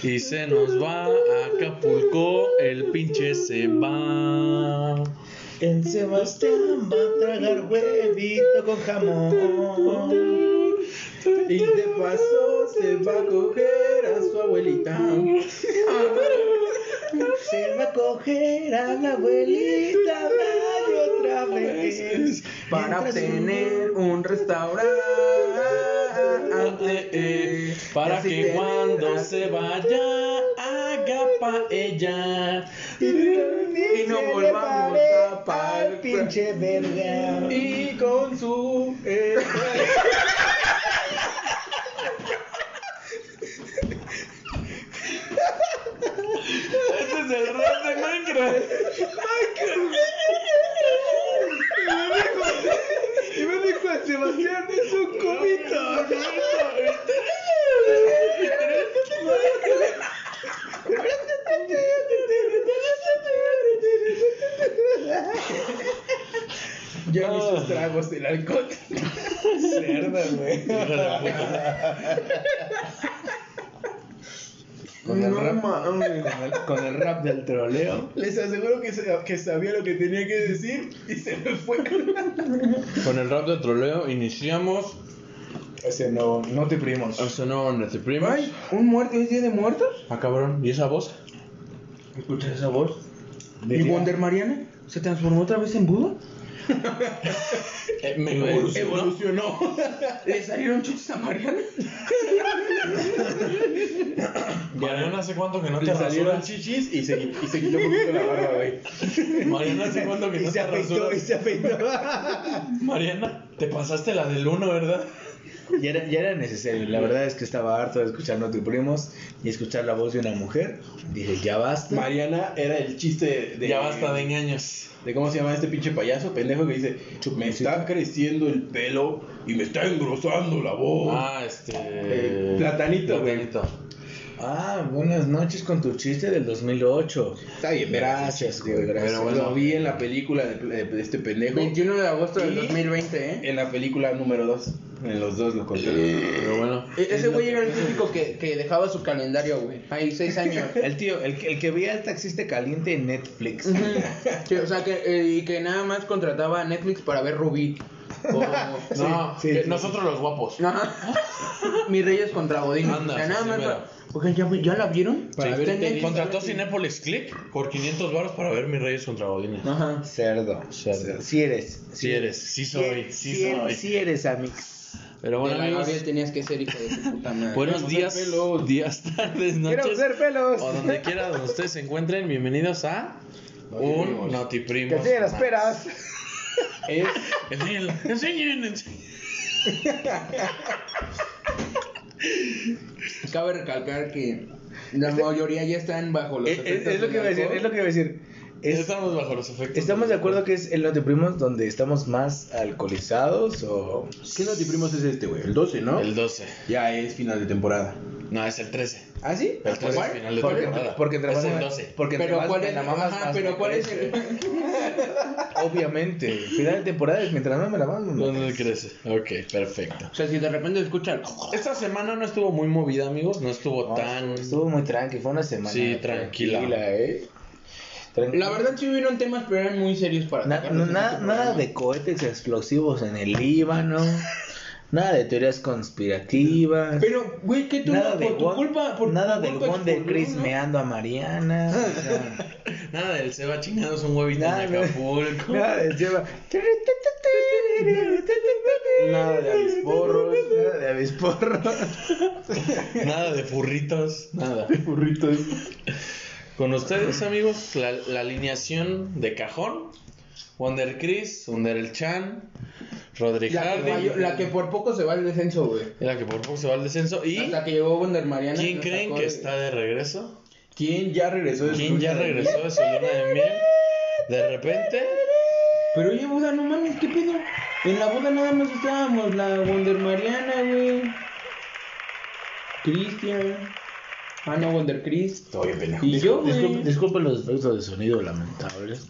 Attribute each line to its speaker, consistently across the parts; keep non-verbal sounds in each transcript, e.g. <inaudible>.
Speaker 1: Si se nos va a Acapulco, el pinche se va.
Speaker 2: El Sebastián va a tragar huevito con jamón. Y de paso se va a coger a su abuelita.
Speaker 1: Ah.
Speaker 2: Se va a coger a la abuelita una y otra vez.
Speaker 3: Para
Speaker 2: Mientras
Speaker 3: obtener un
Speaker 1: Ante él,
Speaker 3: restaurante.
Speaker 1: eh, para
Speaker 3: Así
Speaker 1: que
Speaker 3: te
Speaker 1: cuando
Speaker 3: verás.
Speaker 1: se vaya, haga pa' ella.
Speaker 3: Y no
Speaker 2: se le
Speaker 3: volvamos
Speaker 2: pare
Speaker 3: a par-
Speaker 2: al pinche verga.
Speaker 3: Y con su.
Speaker 2: <laughs>
Speaker 3: eh,
Speaker 1: Este es el rap de Minecraft.
Speaker 3: Y me dijo el Sebastián es un cubito.
Speaker 2: Yo ni
Speaker 1: Ah.
Speaker 2: sus tragos el alcohol.
Speaker 3: Cerda, güey.
Speaker 2: Con el
Speaker 3: No
Speaker 2: rap-
Speaker 3: mames.
Speaker 2: con el- con el rap del troleo.
Speaker 3: Les aseguro que, se- que sabía lo que tenía que decir y se me fue con
Speaker 1: Con el rap de troleo iniciamos.
Speaker 3: Ese no, no te primos.
Speaker 1: Eso no, no te primas.
Speaker 3: Ay, ¿un muerto es día de muertos?
Speaker 1: Ah, cabrón, ¿y esa voz?
Speaker 3: ¿Escuchas esa voz?
Speaker 2: De
Speaker 3: ¿Y
Speaker 2: día.
Speaker 3: Wonder Mariana? ¿Se transformó otra vez en Buda?
Speaker 1: me
Speaker 3: Evolucionó. ¿Le salieron chuches a Mariana?
Speaker 1: Mariana, hace cuánto que no te
Speaker 3: Le salieron
Speaker 1: rasuras.
Speaker 3: chichis y se, y se quitó un poquito la barba, güey.
Speaker 1: Mariana, hace cuánto que
Speaker 2: Y
Speaker 1: no
Speaker 2: se
Speaker 1: te
Speaker 2: afeitó, y
Speaker 1: rasuras.
Speaker 2: se afeitó.
Speaker 1: Mariana, te pasaste la del uno, ¿verdad?
Speaker 2: Ya era, ya era necesario. La verdad es que estaba harto de escuchar No Te Primos y escuchar la voz de una mujer. Dije, ya basta.
Speaker 3: Mariana era el chiste de.
Speaker 1: Ya basta de engaños.
Speaker 3: de cómo se llama este pinche payaso pendejo que dice: Me está creciendo el pelo y me está engrosando la voz.
Speaker 1: Ah, este.
Speaker 3: Eh, platanito, güey.
Speaker 1: Platanito.
Speaker 2: Ah, buenas noches con tu chiste del 2008.
Speaker 3: Está bien,
Speaker 2: Gracias, güey, gracias.
Speaker 1: Pero bueno.
Speaker 3: Lo vi en la película de, de- de este pendejo.
Speaker 4: 21 de agosto del
Speaker 3: Y-
Speaker 4: 2020, ¿eh?
Speaker 3: En la película número 2. En los dos lo
Speaker 2: Eh.
Speaker 3: conté.
Speaker 1: Pero bueno.
Speaker 4: E- Ese güey era el típico que, que dejaba su calendario, güey. Ahí, seis años.
Speaker 2: El tío, el, que- el que veía el taxista caliente en Netflix.
Speaker 4: Ujú. Sí, o sea, <laughs> que, eh, y que nada más contrataba a Netflix para ver Rubí. O...
Speaker 1: No,
Speaker 2: sí,
Speaker 1: que
Speaker 2: sí.
Speaker 1: nosotros los guapos.
Speaker 4: <laughs> Ajá. Mis Reyes contra Godín.
Speaker 1: Anda,
Speaker 4: o sea,
Speaker 1: sí,
Speaker 4: nada
Speaker 1: sí,
Speaker 4: más.
Speaker 1: mira.
Speaker 4: para- Oigan, ¿ya, ¿ya la vieron?
Speaker 2: Para
Speaker 1: Sí,
Speaker 2: ver
Speaker 1: te-
Speaker 2: tenis.
Speaker 1: contrató Cinépolis Click por 500 baros para ver mis reyes contra Godines.
Speaker 4: Ajá.
Speaker 2: Cerdo.
Speaker 1: Cerdo.
Speaker 2: Si eres.
Speaker 1: Sí eres, sí soy, sí
Speaker 2: si
Speaker 1: soy.
Speaker 2: eres, si eres, amigos.
Speaker 1: Pero
Speaker 4: Bueno,
Speaker 1: bueno, amigos,
Speaker 4: Gabriel tenías que ser hijo de tu puta madre.
Speaker 1: buenos
Speaker 3: Quiero
Speaker 1: días,
Speaker 3: ser pelo.
Speaker 1: días, tardes,
Speaker 2: Quiero
Speaker 1: noches.
Speaker 2: ser pelos.
Speaker 1: O
Speaker 2: <laughs>
Speaker 1: donde quiera donde ustedes se encuentren, bienvenidos a un
Speaker 3: Notiprimos.
Speaker 2: Que
Speaker 1: Notiprimos.
Speaker 2: si eres
Speaker 1: más.
Speaker 2: peras.
Speaker 3: Es
Speaker 1: Enseñen, enseñen, enseñen.
Speaker 4: Cabe recalcar que la mayoría ya están bajo los
Speaker 2: Este- Es, Eh, es- es lo que iba a decir, es lo que iba a decir. Es-
Speaker 1: Estamos bajo los efectos.
Speaker 2: estamos de acuerdo que es el Note Primos donde estamos más alcoholizados o...
Speaker 3: ¿Qué notiprimos es este, güey? El 12, ¿no?
Speaker 1: El 12.
Speaker 3: Ya es final de temporada.
Speaker 1: No, es el 13.
Speaker 3: ¿Ah, sí?
Speaker 1: El 13 es final de
Speaker 2: Porque-
Speaker 1: temporada.
Speaker 2: porque entre
Speaker 1: es
Speaker 2: más-
Speaker 1: el 12.
Speaker 2: Porque entre
Speaker 4: Pero
Speaker 2: más
Speaker 4: cuál
Speaker 2: me
Speaker 4: es-
Speaker 2: la mamas
Speaker 4: ajá,
Speaker 2: más
Speaker 4: pero
Speaker 2: me
Speaker 4: cuál es
Speaker 2: crece.
Speaker 4: el-
Speaker 2: Obviamente. Final de temporada es mientras no me la mamas. no.
Speaker 1: ¿Dónde crece? Ok, perfecto.
Speaker 4: O sea, si de repente escuchan...
Speaker 1: Esta semana no estuvo muy movida, amigos. No estuvo
Speaker 2: No,
Speaker 1: tan.
Speaker 2: Estuvo muy tranqui, fue una semana.
Speaker 1: Sí, tranquila.
Speaker 2: eh. Tranqui-
Speaker 4: La verdad sí hubieron temas, pero eran muy serios para...
Speaker 2: Na-
Speaker 4: atacarlos
Speaker 2: no-
Speaker 4: en
Speaker 2: na-
Speaker 4: este programa.
Speaker 2: nada de cohetes explosivos en el Líbano. nada de teorías conspirativas.
Speaker 4: Pero, güey, ¿qué tú
Speaker 2: nada
Speaker 4: por
Speaker 2: de
Speaker 4: tu
Speaker 2: Juan-
Speaker 4: culpa? Por
Speaker 2: nada
Speaker 4: tu
Speaker 2: del
Speaker 4: culpa
Speaker 2: Juan de
Speaker 4: explotó,
Speaker 2: Chris
Speaker 4: ¿no?
Speaker 2: meando a Mariana. o sea,
Speaker 1: Nada del Seba chingados un huevito
Speaker 2: Nada,
Speaker 1: en
Speaker 2: no.
Speaker 1: Acapulco.
Speaker 2: nada de lleva- Nada de avisporros. Nada de avisporros.
Speaker 1: Nada de furritos. Nada.
Speaker 2: Burritos.
Speaker 1: Con ustedes, amigos, la, la alineación de cajón. Wonder Chris, Wonder el Chan, Rodri
Speaker 4: La que,
Speaker 1: Hardy.
Speaker 4: falló- la que por poco se va al descenso, güey.
Speaker 1: La que por poco se va al descenso. ¿Y
Speaker 4: Hasta que llegó Wonder Mariana.
Speaker 1: quién
Speaker 4: nos
Speaker 1: creen
Speaker 4: sacó
Speaker 1: que
Speaker 4: de-
Speaker 1: está de regreso?
Speaker 3: ¿Quién ya regresó de su
Speaker 1: ¿Quién ya
Speaker 3: luna de miel?
Speaker 1: regresó de su luna de miel? De repente,
Speaker 4: Pero oye, Buda, no mames, ¿qué pedo? En la boda nada más estábamos la Wonder Mariana, güey. Cristian. Ah, no, Wonder Chris.
Speaker 1: estoy bien pendejo.
Speaker 4: Y yo,
Speaker 2: Disculpe,
Speaker 4: güey.
Speaker 2: disculpe los efectos de sonido lamentables.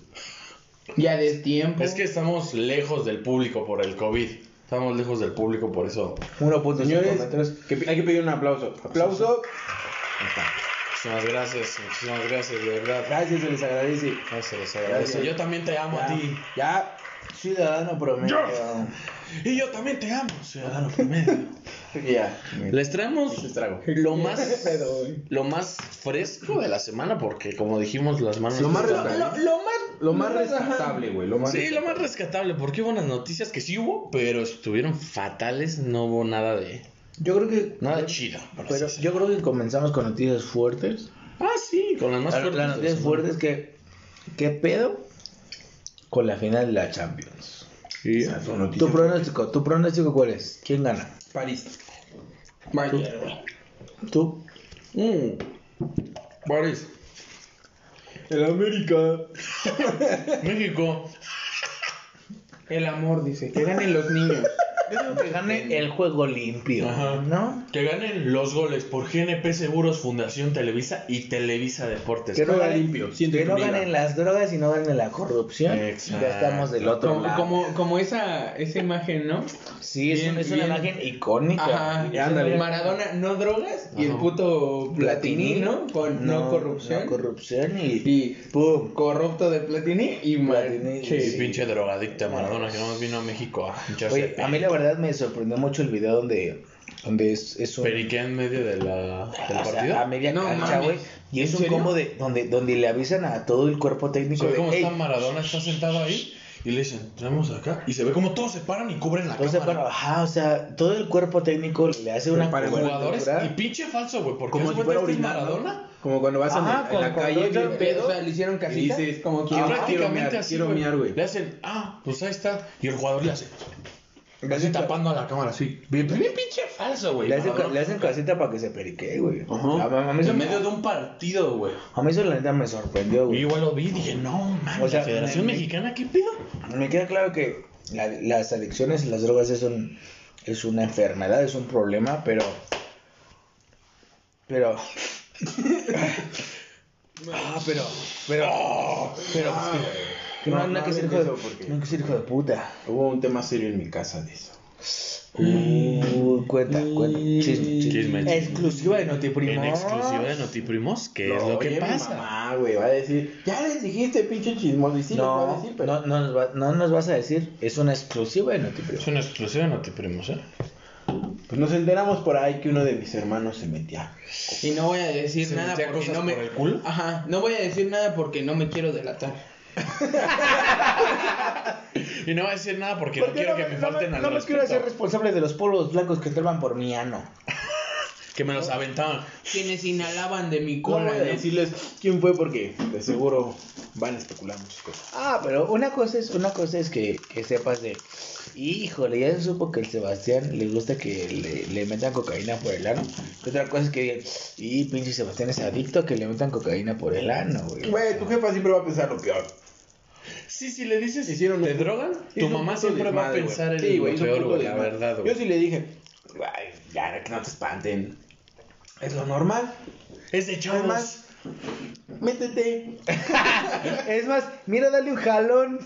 Speaker 4: Ya de tiempo.
Speaker 1: Es que estamos lejos del público por el COVID. Estamos lejos del público, por eso.
Speaker 2: 1.5
Speaker 3: Señores, que- hay que pedir un aplauso. Aplauso.
Speaker 1: Muchísimas gracias, muchísimas gracias, de verdad.
Speaker 2: Gracias, se les agradece.
Speaker 1: Ay, se los agradece.
Speaker 2: Gracias.
Speaker 1: Yo también te amo
Speaker 2: Ya,
Speaker 1: a ti.
Speaker 2: ya, ciudadano promedio.
Speaker 1: Y yo también te amo, ciudadano promedio.
Speaker 2: Ya.
Speaker 1: Les traemos
Speaker 3: Este
Speaker 2: trago.
Speaker 1: lo más,
Speaker 4: Pero, güey.
Speaker 1: lo más fresco de la semana, porque como dijimos, las manos.
Speaker 3: Lo más
Speaker 1: Ajá.
Speaker 3: rescatable. Este Lo más rescatable, güey. Lo más
Speaker 1: Sí, lo más
Speaker 3: rescatable.
Speaker 1: rescatable, porque hubo unas noticias que sí hubo, pero estuvieron fatales, no hubo nada de.
Speaker 2: Yo creo que.
Speaker 1: Nada chido. por así
Speaker 2: Pero
Speaker 1: decirlo.
Speaker 2: yo creo que comenzamos con noticias fuertes.
Speaker 1: Ah, sí, con las más
Speaker 2: La-
Speaker 1: fuertes.
Speaker 2: Las
Speaker 1: de la
Speaker 2: noticias
Speaker 1: semana.
Speaker 2: fuertes que. ¿Qué pedo? Con la final de la Champions.
Speaker 1: Sí.
Speaker 3: Esas son noticias.
Speaker 2: Tu pronóstico, tu pronóstico cuál es? ¿Quién gana?
Speaker 3: París.
Speaker 2: ¿Tú?
Speaker 1: Mm. Boris,
Speaker 3: El América.
Speaker 1: <laughs> México.
Speaker 4: El amor, dice. Que ganen <laughs> los niños.
Speaker 2: Yo digo que gane el juego limpio.
Speaker 1: Ajá.
Speaker 2: ¿No?
Speaker 1: Que ganen los goles por GNP Seguros, Fundación Televisa y Televisa Deportes.
Speaker 2: Que no
Speaker 3: Juega
Speaker 2: ganen-
Speaker 3: limpio, siente
Speaker 2: Que
Speaker 3: tu
Speaker 2: no
Speaker 3: liga.
Speaker 2: ganen las drogas y no ganen la corrupción.
Speaker 1: Exacto.
Speaker 2: Ya estamos del otro
Speaker 4: Como,
Speaker 2: lado.
Speaker 4: como, como esa, esa imagen, ¿no?
Speaker 2: Sí, es,
Speaker 4: Bien,
Speaker 2: un- es una
Speaker 4: bien.
Speaker 2: imagen icónica.
Speaker 4: Ajá,
Speaker 2: Es una imagen-
Speaker 4: Maradona, no drogas y el
Speaker 1: Ajá.
Speaker 4: puto Platini, ¿no? Con no, corrupción.
Speaker 2: No corrupción y,
Speaker 4: y
Speaker 2: pum.
Speaker 4: corrupto de Platini y mal-
Speaker 2: Platini,
Speaker 1: Y
Speaker 4: che.
Speaker 2: sí.
Speaker 1: pinche drogadicta Maradona que nomás vino a México a hincharse
Speaker 2: Oye,
Speaker 1: de
Speaker 2: a mí la verdad me sorprendió mucho el video donde, donde es, es un...
Speaker 1: periquea en medio de la, del
Speaker 2: o sea,
Speaker 1: partido.
Speaker 2: a media
Speaker 4: No
Speaker 2: cancha,
Speaker 4: mames.
Speaker 2: güey. Y
Speaker 4: ¿En
Speaker 2: es un
Speaker 4: serio?
Speaker 2: combo de donde, donde le avisan a todo el cuerpo técnico
Speaker 1: Se ve
Speaker 2: de,
Speaker 1: cómo
Speaker 2: "Ey,
Speaker 1: está Maradona, está sentado ahí y le dicen, traemos acá. Y se ve como todos se paran y cubren la
Speaker 2: Entonces,
Speaker 1: cámara.
Speaker 2: bueno, ajá, o sea, todo el cuerpo técnico le hace una
Speaker 3: Prepara
Speaker 2: cobertura.
Speaker 1: Jugadores y pinche falso, güey, porque
Speaker 3: Como
Speaker 1: es
Speaker 3: si fuera
Speaker 1: este es
Speaker 3: orinar, ¿no?
Speaker 1: Maradona.
Speaker 3: Como cuando vas en-
Speaker 2: Ajá,
Speaker 3: en,
Speaker 2: como
Speaker 3: la
Speaker 2: cuando
Speaker 3: calle,
Speaker 2: yo-
Speaker 3: bien pedo,
Speaker 4: O sea, le hicieron
Speaker 3: y
Speaker 4: casita.
Speaker 3: dices,
Speaker 4: como que-
Speaker 3: ah,
Speaker 1: prácticamente
Speaker 3: quiero mear,
Speaker 1: así,
Speaker 3: quiero
Speaker 1: güey.
Speaker 3: mear, güey.
Speaker 1: Le hacen, ah, pues ahí está. Y el jugador le hace, así tapando a la cámara, así. Bien, bien pinche falso, güey.
Speaker 2: Le hacen,
Speaker 1: Maradona.
Speaker 2: le hacen casita para que se perique, güey.
Speaker 1: Ajá.
Speaker 2: A, a- a mí eso,
Speaker 1: en medio de un partido, güey.
Speaker 2: a mí eso la neta me sorprendió,
Speaker 1: Yo
Speaker 2: güey.
Speaker 1: igual lo vi y dije, no, mames,
Speaker 2: O sea,
Speaker 1: la Federación
Speaker 2: me-
Speaker 1: Mexicana, ¿qué pedo?
Speaker 2: Me queda claro que la- las adicciones y las drogas es, un, es una enfermedad, es un problema, pero... Pero... ah, pero... Pero... pero... que no,
Speaker 3: Ah, No,
Speaker 2: no, hay
Speaker 3: no
Speaker 2: que
Speaker 3: hables
Speaker 2: ser hijo de,
Speaker 3: de eso porque-
Speaker 2: no hay que ser hijo de puta.
Speaker 3: Hubo un tema serio en mi casa de eso.
Speaker 2: Uh, cuenta, cuenta. Chisme,
Speaker 1: Chisme,
Speaker 2: chisme.
Speaker 1: chisme.
Speaker 2: Exclusiva de Notiprimo.
Speaker 1: En exclusiva de Notiprimos, ¿qué es lo
Speaker 3: Lo
Speaker 1: que
Speaker 3: oye mi
Speaker 1: pasa?
Speaker 3: mamá, güey, va a decir, ya les dijiste, pinche chismoso. Y sí, les va a
Speaker 2: No,
Speaker 3: decir, pero...
Speaker 2: no, no, nos va- no nos vas a decir. Es una exclusiva de Notiprimo.
Speaker 1: Es una exclusiva de Notiprimos, ¿eh?
Speaker 3: Pues nos enteramos por ahí que uno de mis hermanos se metía.
Speaker 4: Y no voy a decir
Speaker 1: ¿Se
Speaker 4: nada
Speaker 1: metía
Speaker 4: porque
Speaker 1: cosas
Speaker 4: no me.
Speaker 1: por el culo?
Speaker 4: Ajá, no voy a decir nada porque no me quiero delatar.
Speaker 1: Y no va a decir nada porque no quiero que me falten
Speaker 2: Pues no,
Speaker 1: al
Speaker 2: no me quiero
Speaker 1: respeto.
Speaker 2: hacer responsable de los polvos blancos que trepan por mi ano.
Speaker 1: Que me los aventaban.
Speaker 4: Quienes inhalaban de mi
Speaker 3: ¿Cómo
Speaker 4: cola,
Speaker 3: voy a
Speaker 4: ¿no?
Speaker 3: decirles quién fue? Porque de seguro van a especular muchas cosas.
Speaker 2: Ah, pero una cosa es, una cosa es que, que sepas de. Híjole, ya se supo que el Sebastián le gusta que le, le metan cocaína por el ano. Y otra cosa es que digan, y pinche Sebastián es adicto a que le metan cocaína por el ano, güey.
Speaker 3: Güey, tu jefa siempre va a pensar lo peor.
Speaker 1: Sí, sí, le dices,
Speaker 3: Hicieron
Speaker 1: ¿te
Speaker 3: un-
Speaker 1: drogan?
Speaker 3: Hizo
Speaker 1: Tu
Speaker 3: un
Speaker 1: mamá
Speaker 3: puto
Speaker 1: siempre va a
Speaker 3: desmadre,
Speaker 1: pensar
Speaker 3: güey.
Speaker 1: en
Speaker 3: Sí,
Speaker 1: lo
Speaker 3: hizo un
Speaker 1: peor,
Speaker 3: puto
Speaker 1: güey, la
Speaker 3: desmadre.
Speaker 1: verdad,
Speaker 3: Yo
Speaker 1: güey.
Speaker 3: sí le dije, "Ay, ya, que no te espanten. Es lo normal.
Speaker 1: Es de chavos.
Speaker 3: Además, métete.
Speaker 2: Es más, mira, dale un jalón.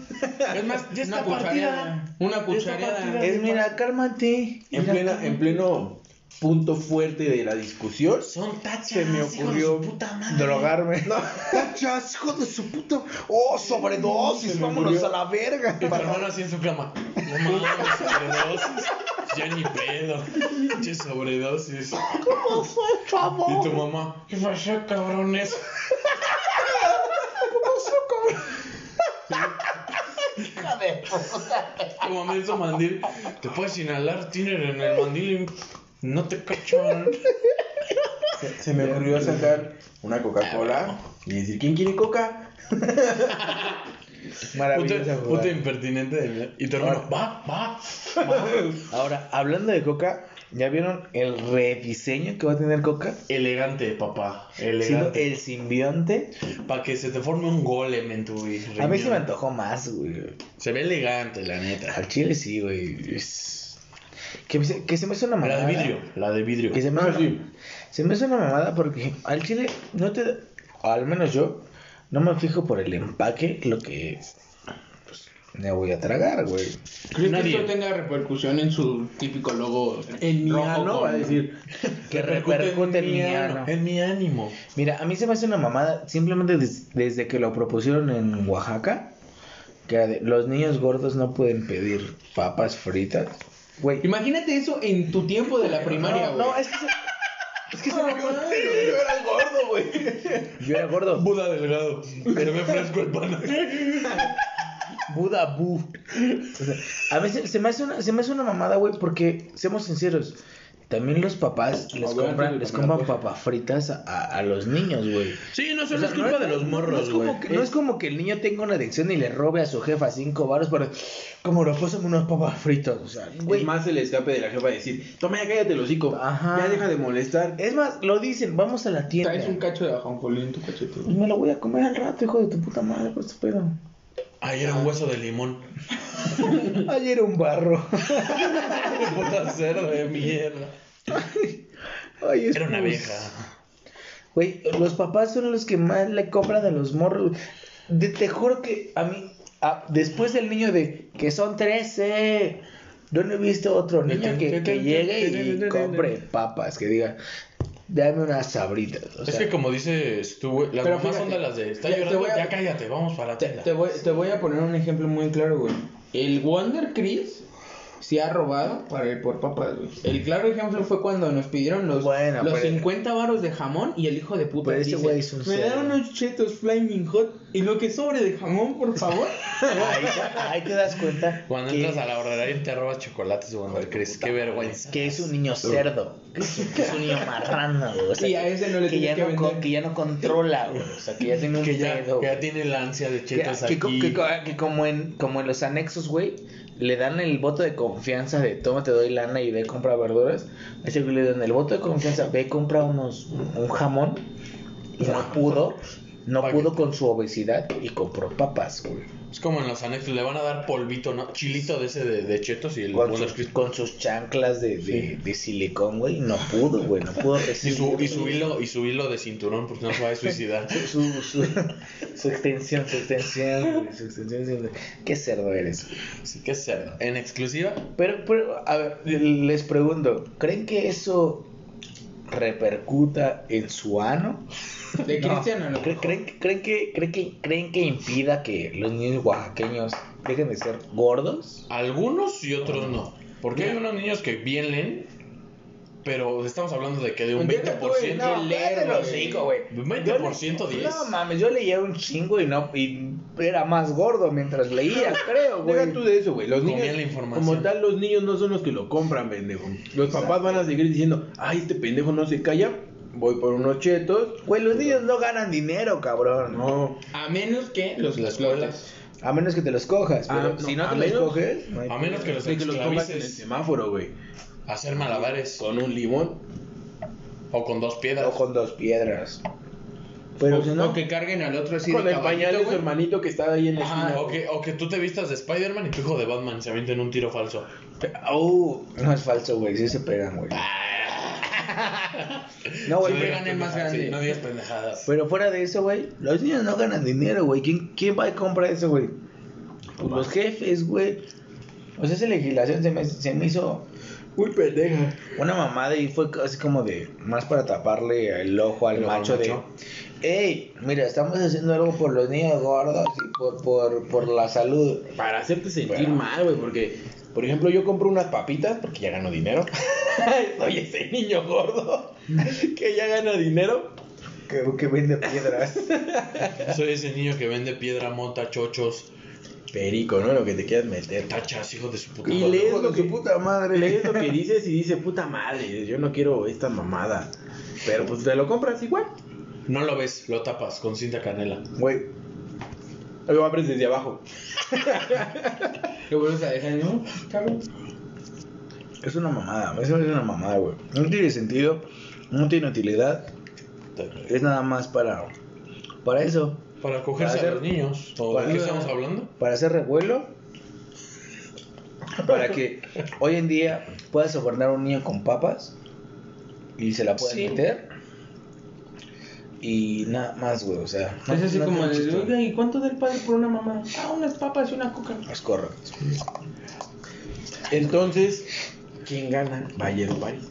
Speaker 1: es más, <laughs> ya está
Speaker 4: Una cuchareada.
Speaker 1: partida.
Speaker 4: Una
Speaker 1: Ya está
Speaker 4: cuchareada.
Speaker 1: partida.
Speaker 2: Es mira, cálmate.
Speaker 3: En,
Speaker 2: Mira,
Speaker 3: plena, en
Speaker 2: cálmate.
Speaker 3: pleno punto fuerte de la discusión.
Speaker 1: Son tachas,
Speaker 3: Se me
Speaker 1: hijo de
Speaker 3: ocurrió
Speaker 1: su puta madre.
Speaker 2: drogarme.
Speaker 3: No, tachas, hijo de su puta. Oh, sobredosis, vámonos a la verga.
Speaker 1: Y tu hermano así en su cama. No
Speaker 2: <laughs>
Speaker 1: mames, sobredosis. Ya ni pedo. Pinche sobredosis.
Speaker 2: ¿Cómo fue, chavo?
Speaker 1: Y tu mamá. ¿Qué pasó, cabrones? <laughs> Tu mamá en su mandil. Te puedes inhalar tíner en el mandil y no te cachan.
Speaker 3: Se, se me ocurrió sacar una Coca-Cola y decir, ¿quién quiere Coca?
Speaker 1: Puta,
Speaker 2: Maravillosa
Speaker 1: puta
Speaker 2: jugada.
Speaker 1: impertinente de mí. Y tu hermano, va, va.
Speaker 2: Ahora, hablando de Coca, ¿ya vieron el rediseño que va a tener Coca?
Speaker 1: Elegante, papá.
Speaker 2: Siendo
Speaker 1: Elegante.
Speaker 2: el simbionte.
Speaker 1: Para que se te forme un golem en tu
Speaker 2: A mí se me
Speaker 1: riñón.
Speaker 2: antojó más, güey.
Speaker 1: Se ve elegante, la neta.
Speaker 2: Al chile sí, güey. Es- Que, se- que se me hace una
Speaker 1: La
Speaker 2: mamada.
Speaker 1: de vidrio. La de vidrio.
Speaker 2: Que se me,
Speaker 3: Ah,
Speaker 2: hace una-
Speaker 3: sí.
Speaker 2: se me hace una mamada porque al chile no te... Al menos yo no me fijo por el empaque lo que... pues, me voy a tragar, güey.
Speaker 4: ¿Crees
Speaker 1: Nadie.
Speaker 4: que esto tenga repercusión en su típico logo
Speaker 1: En mi
Speaker 4: rojo
Speaker 1: ano,
Speaker 4: con-
Speaker 1: va a decir.
Speaker 2: Que repercute en mi ano.
Speaker 1: En mi ánimo.
Speaker 2: Mira, a mí se me hace una mamada simplemente des- desde que lo propusieron en Oaxaca, que era de, los niños gordos no pueden pedir papas fritas. Güey,
Speaker 4: Imagínate eso en tu tiempo de la primaria,
Speaker 2: no,
Speaker 4: güey.
Speaker 2: no, es que se- es que se me-
Speaker 3: Yo era gordo, güey.
Speaker 2: yo era gordo.
Speaker 1: Buda delgado. Se ve fresco el pan.
Speaker 2: Buda Bu. O sea, a mí se, se me hace una, se me hace una mamada, güey, porque seamos sinceros. También los papás les
Speaker 3: A ver, antes
Speaker 2: compran,
Speaker 3: de
Speaker 2: les
Speaker 3: comer,
Speaker 2: compran papas fritas a, a- a los niños, güey.
Speaker 1: Sí, no
Speaker 2: O
Speaker 1: solo
Speaker 2: sea,
Speaker 1: es culpa
Speaker 2: no
Speaker 1: de los
Speaker 2: no
Speaker 1: morros,
Speaker 2: es
Speaker 1: güey.
Speaker 2: como que- No es como que el niño tenga una adicción y le robe a su jefa cinco baros para... Como lo pasan unas papas fritas, o sea, güey.
Speaker 3: Es más el escape de la jefa decir, toma ya cállate el hocico.
Speaker 2: Ajá.
Speaker 3: Ya deja de molestar.
Speaker 2: Es más, lo dicen, vamos a la tienda.
Speaker 4: Traes un cacho de ajonjolí en tu cachete.
Speaker 2: Pues me lo voy a comer al rato, hijo de tu puta madre, por este pedo.
Speaker 1: Ahí era un hueso de limón. <laughs>
Speaker 2: Ayer un barro.
Speaker 1: Puta cerdo de mierda.
Speaker 2: Ay, es
Speaker 1: Era una
Speaker 2: pus.
Speaker 1: vieja.
Speaker 2: Güey, los papás son los que más le compran a los morros. De, te juro que a mí, a- después del niño de que son 13, yo no he visto otro niño que, que llegue y compre papas, que diga, dame unas sabritas. O
Speaker 1: es
Speaker 2: sea,
Speaker 1: que como dices tú, güey, las
Speaker 4: Pero
Speaker 1: mamás son
Speaker 4: fíjate,
Speaker 1: de las de, está
Speaker 4: te- te
Speaker 1: llorando,
Speaker 4: voy a-
Speaker 1: ya cállate, vamos para la
Speaker 4: Te,
Speaker 1: tienda.
Speaker 4: te voy, te voy a poner un ejemplo muy claro, güey. El Wonder Chris se ha robado para ir por papas, güey. El claro ejemplo fue cuando nos pidieron los,
Speaker 2: Bueno,
Speaker 4: los
Speaker 2: pero-
Speaker 4: 50 varos de jamón y el hijo de puta
Speaker 2: Pero ese
Speaker 4: dice,
Speaker 2: güey es un
Speaker 4: me dan
Speaker 2: cerdo".
Speaker 4: unos chetos flaming hot y lo que sobre de jamón, por
Speaker 2: <laughs>
Speaker 4: favor.
Speaker 2: ahí, ahí te das cuenta
Speaker 1: Cuando
Speaker 2: que,
Speaker 1: entras a la horrera y te robas chocolates, Wander Chris, qué vergüenza.
Speaker 2: que es un niño cerdo, que es, que es
Speaker 1: <laughs>
Speaker 2: un niño marrano, güey. O sea,
Speaker 4: Y a ese no le
Speaker 2: que,
Speaker 4: tienes
Speaker 2: ya
Speaker 4: que
Speaker 2: no con-
Speaker 4: vender.
Speaker 2: que ya no controla, güey. O sea, que ya tiene un
Speaker 1: Que ya,
Speaker 2: pedo.
Speaker 1: que ya tiene la ansia de
Speaker 2: Que,
Speaker 1: chetos
Speaker 2: que co-
Speaker 1: aquí.
Speaker 2: que co- que como en como en los anexos, güey, le dan el voto de confianza de toma, te doy lana y ve compra verduras. A ese güey le dan el voto de confianza, ve compra unos un jamón
Speaker 1: <laughs>
Speaker 2: y no pudo, no
Speaker 1: Pa'
Speaker 2: pudo
Speaker 1: que-
Speaker 2: con su obesidad y compró papas, güey.
Speaker 1: Es como en los anexos, le van a dar polvito, ¿no? Chilito de ese de, de chetos y el
Speaker 2: Con
Speaker 1: Wonder
Speaker 2: sus,
Speaker 1: Chris.
Speaker 2: con sus chanclas de, de, de silicón, güey, y no pudo, güey, no
Speaker 1: <laughs>
Speaker 2: pudo
Speaker 1: Y
Speaker 2: resistir.
Speaker 1: su, y su hilo, y su hilo de cinturón, porque no se va a suicidar.
Speaker 3: <laughs>
Speaker 2: su, su, su extensión, su extensión, güey, su extensión, su- Qué cerdo eres.
Speaker 1: Así que cerdo. En exclusiva,
Speaker 2: Pero, pero, a ver, les pregunto, ¿creen que eso repercuta en su ano?
Speaker 4: De
Speaker 2: No.
Speaker 4: Cristiano, ¿no?
Speaker 2: ¿Creen, creen, que- creen que, creen, que, ¿Creen que impida que los niños oaxaqueños dejen de ser gordos?
Speaker 1: algunos y otros no. Porque hay unos niños que bien leen, pero estamos hablando de que de un
Speaker 4: Deja tú
Speaker 1: 20%.
Speaker 4: el- no, leer,
Speaker 2: cállate los
Speaker 4: güey.
Speaker 2: hocico, güey.
Speaker 1: Un 20%
Speaker 2: Yo le-
Speaker 1: 10.
Speaker 2: No mames, yo leía un chingo y no y era más gordo mientras
Speaker 3: <laughs>
Speaker 2: leía, creo, güey.
Speaker 3: Deja tú de eso, güey. Los
Speaker 1: Comían
Speaker 3: niños,
Speaker 1: la información.
Speaker 3: como tal, los niños no son los que lo compran, pendejo. Los papás van a seguir diciendo, ay, este pendejo no se calla, voy por unos chetos.
Speaker 2: Güey, los niños no ganan dinero, cabrón.
Speaker 3: No,
Speaker 4: A menos que los
Speaker 1: La escuela.
Speaker 4: explotes.
Speaker 2: A menos que te los cojas,
Speaker 3: Ah,
Speaker 2: pero
Speaker 3: no,
Speaker 2: si no
Speaker 3: a
Speaker 2: te
Speaker 3: menos-
Speaker 2: los coges, no hay
Speaker 1: A menos que los
Speaker 3: de que los pongas en el
Speaker 1: esclavices
Speaker 3: semáforo, güey.
Speaker 1: a hacer malabares.
Speaker 3: Con un limón.
Speaker 1: O con dos piedras.
Speaker 2: o con dos piedras. Pero
Speaker 4: o,
Speaker 2: si no,
Speaker 4: o que carguen al otro así
Speaker 3: con
Speaker 4: de
Speaker 3: el pañal de
Speaker 4: caballito,
Speaker 3: su
Speaker 4: güey.
Speaker 3: hermanito que está ahí en la
Speaker 1: Ajá,
Speaker 3: esquina.
Speaker 1: o, que, o que tú te vistas de Spider-Man y tu hijo de Batman se avienten un tiro falso.
Speaker 2: Oh, no es falso, güey, sí se pegan, güey. No, Ah, güey,
Speaker 1: Sí,
Speaker 2: pero-
Speaker 1: ganen más
Speaker 2: sí.
Speaker 1: grande. No digas
Speaker 2: <laughs>
Speaker 1: pendejadas.
Speaker 2: Pero fuera de eso, güey, los niños no ganan dinero, güey. ¿Quién, ¿Quién va a comprar eso, güey? Pues los jefes, güey. O sea, esa legislación se me, se me hizo
Speaker 3: Uy, pendeja.
Speaker 2: una mamada y fue así como de más para taparle el ojo al
Speaker 1: ¿El ojo al
Speaker 2: macho de
Speaker 1: macho?
Speaker 2: hey mira estamos haciendo algo por los niños gordos y por por, por la salud <laughs>
Speaker 3: Para hacerte sentir
Speaker 2: Bueno.
Speaker 3: mal, güey, porque, por ejemplo, yo compro unas papitas porque ya gano dinero. Soy ese niño
Speaker 2: <laughs>
Speaker 3: gordo que ya gana dinero.
Speaker 2: que, que vende <laughs> piedras
Speaker 1: Soy ese niño que vende piedra, mota, chochos,
Speaker 3: Perico, ¿no? Lo que te quieras meter.
Speaker 1: tachas, hijo de su puta
Speaker 3: Y
Speaker 1: madre.
Speaker 3: lees
Speaker 2: Hijo
Speaker 3: lo
Speaker 2: de
Speaker 3: que
Speaker 2: su puta madre.
Speaker 3: Lees lo que dices y dice, puta madre, yo no quiero esta mamada. Pero pues te lo compras igual.
Speaker 1: No lo ves, lo tapas con cinta canela.
Speaker 2: güey
Speaker 3: Lo abres desde abajo.
Speaker 4: Lo vuelves a dejar, ¿no? Cabrón.
Speaker 2: es una mamada eso es una mamada güey no tiene sentido no tiene utilidad es nada más para para eso
Speaker 1: Para cogerse
Speaker 2: Para
Speaker 1: a los
Speaker 2: hacer-
Speaker 1: niños. ¿O
Speaker 2: para-
Speaker 1: de qué estamos hablando?
Speaker 2: para hacer revuelo
Speaker 4: <laughs>
Speaker 2: para que hoy en día puedas sobornar a un niño con papas y se la puedas
Speaker 1: Sí.
Speaker 2: meter y nada más, güey. O sea, no-
Speaker 4: es así
Speaker 2: no
Speaker 4: como
Speaker 2: tiene
Speaker 4: de,
Speaker 2: chiste.
Speaker 4: oiga, ¿y cuánto da el padre por una mamá? Ah, unas papas y una coca.
Speaker 2: Es correcto.
Speaker 3: Entonces, ¿quién gana? Bayern o París.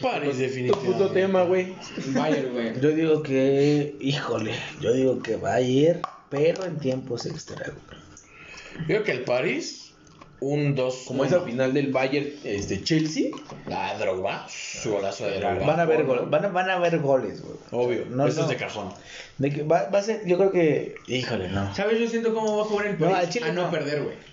Speaker 1: París,
Speaker 3: Puto
Speaker 1: definitivamente.
Speaker 3: puto tema, güey.
Speaker 4: Vaya, güey.
Speaker 2: Yo digo que, híjole, yo digo que va a ir, pero en tiempos extra, güey.
Speaker 1: Yo creo que el París, un 2.
Speaker 3: Como esa final del Bayern este, Chelsea.
Speaker 1: La Drogba, su golazo de Drogba.
Speaker 2: Van a ver goles, van a, van a ver goles, güey.
Speaker 1: Obvio,
Speaker 2: No,
Speaker 1: eso es
Speaker 2: no.
Speaker 1: de cajón.
Speaker 2: De que va, va a ser, yo creo que, híjole, no.
Speaker 4: ¿Sabes? Yo siento cómo va a jugar el
Speaker 2: No,
Speaker 4: París
Speaker 2: al Chile
Speaker 4: a no,
Speaker 2: no.
Speaker 4: perder, güey.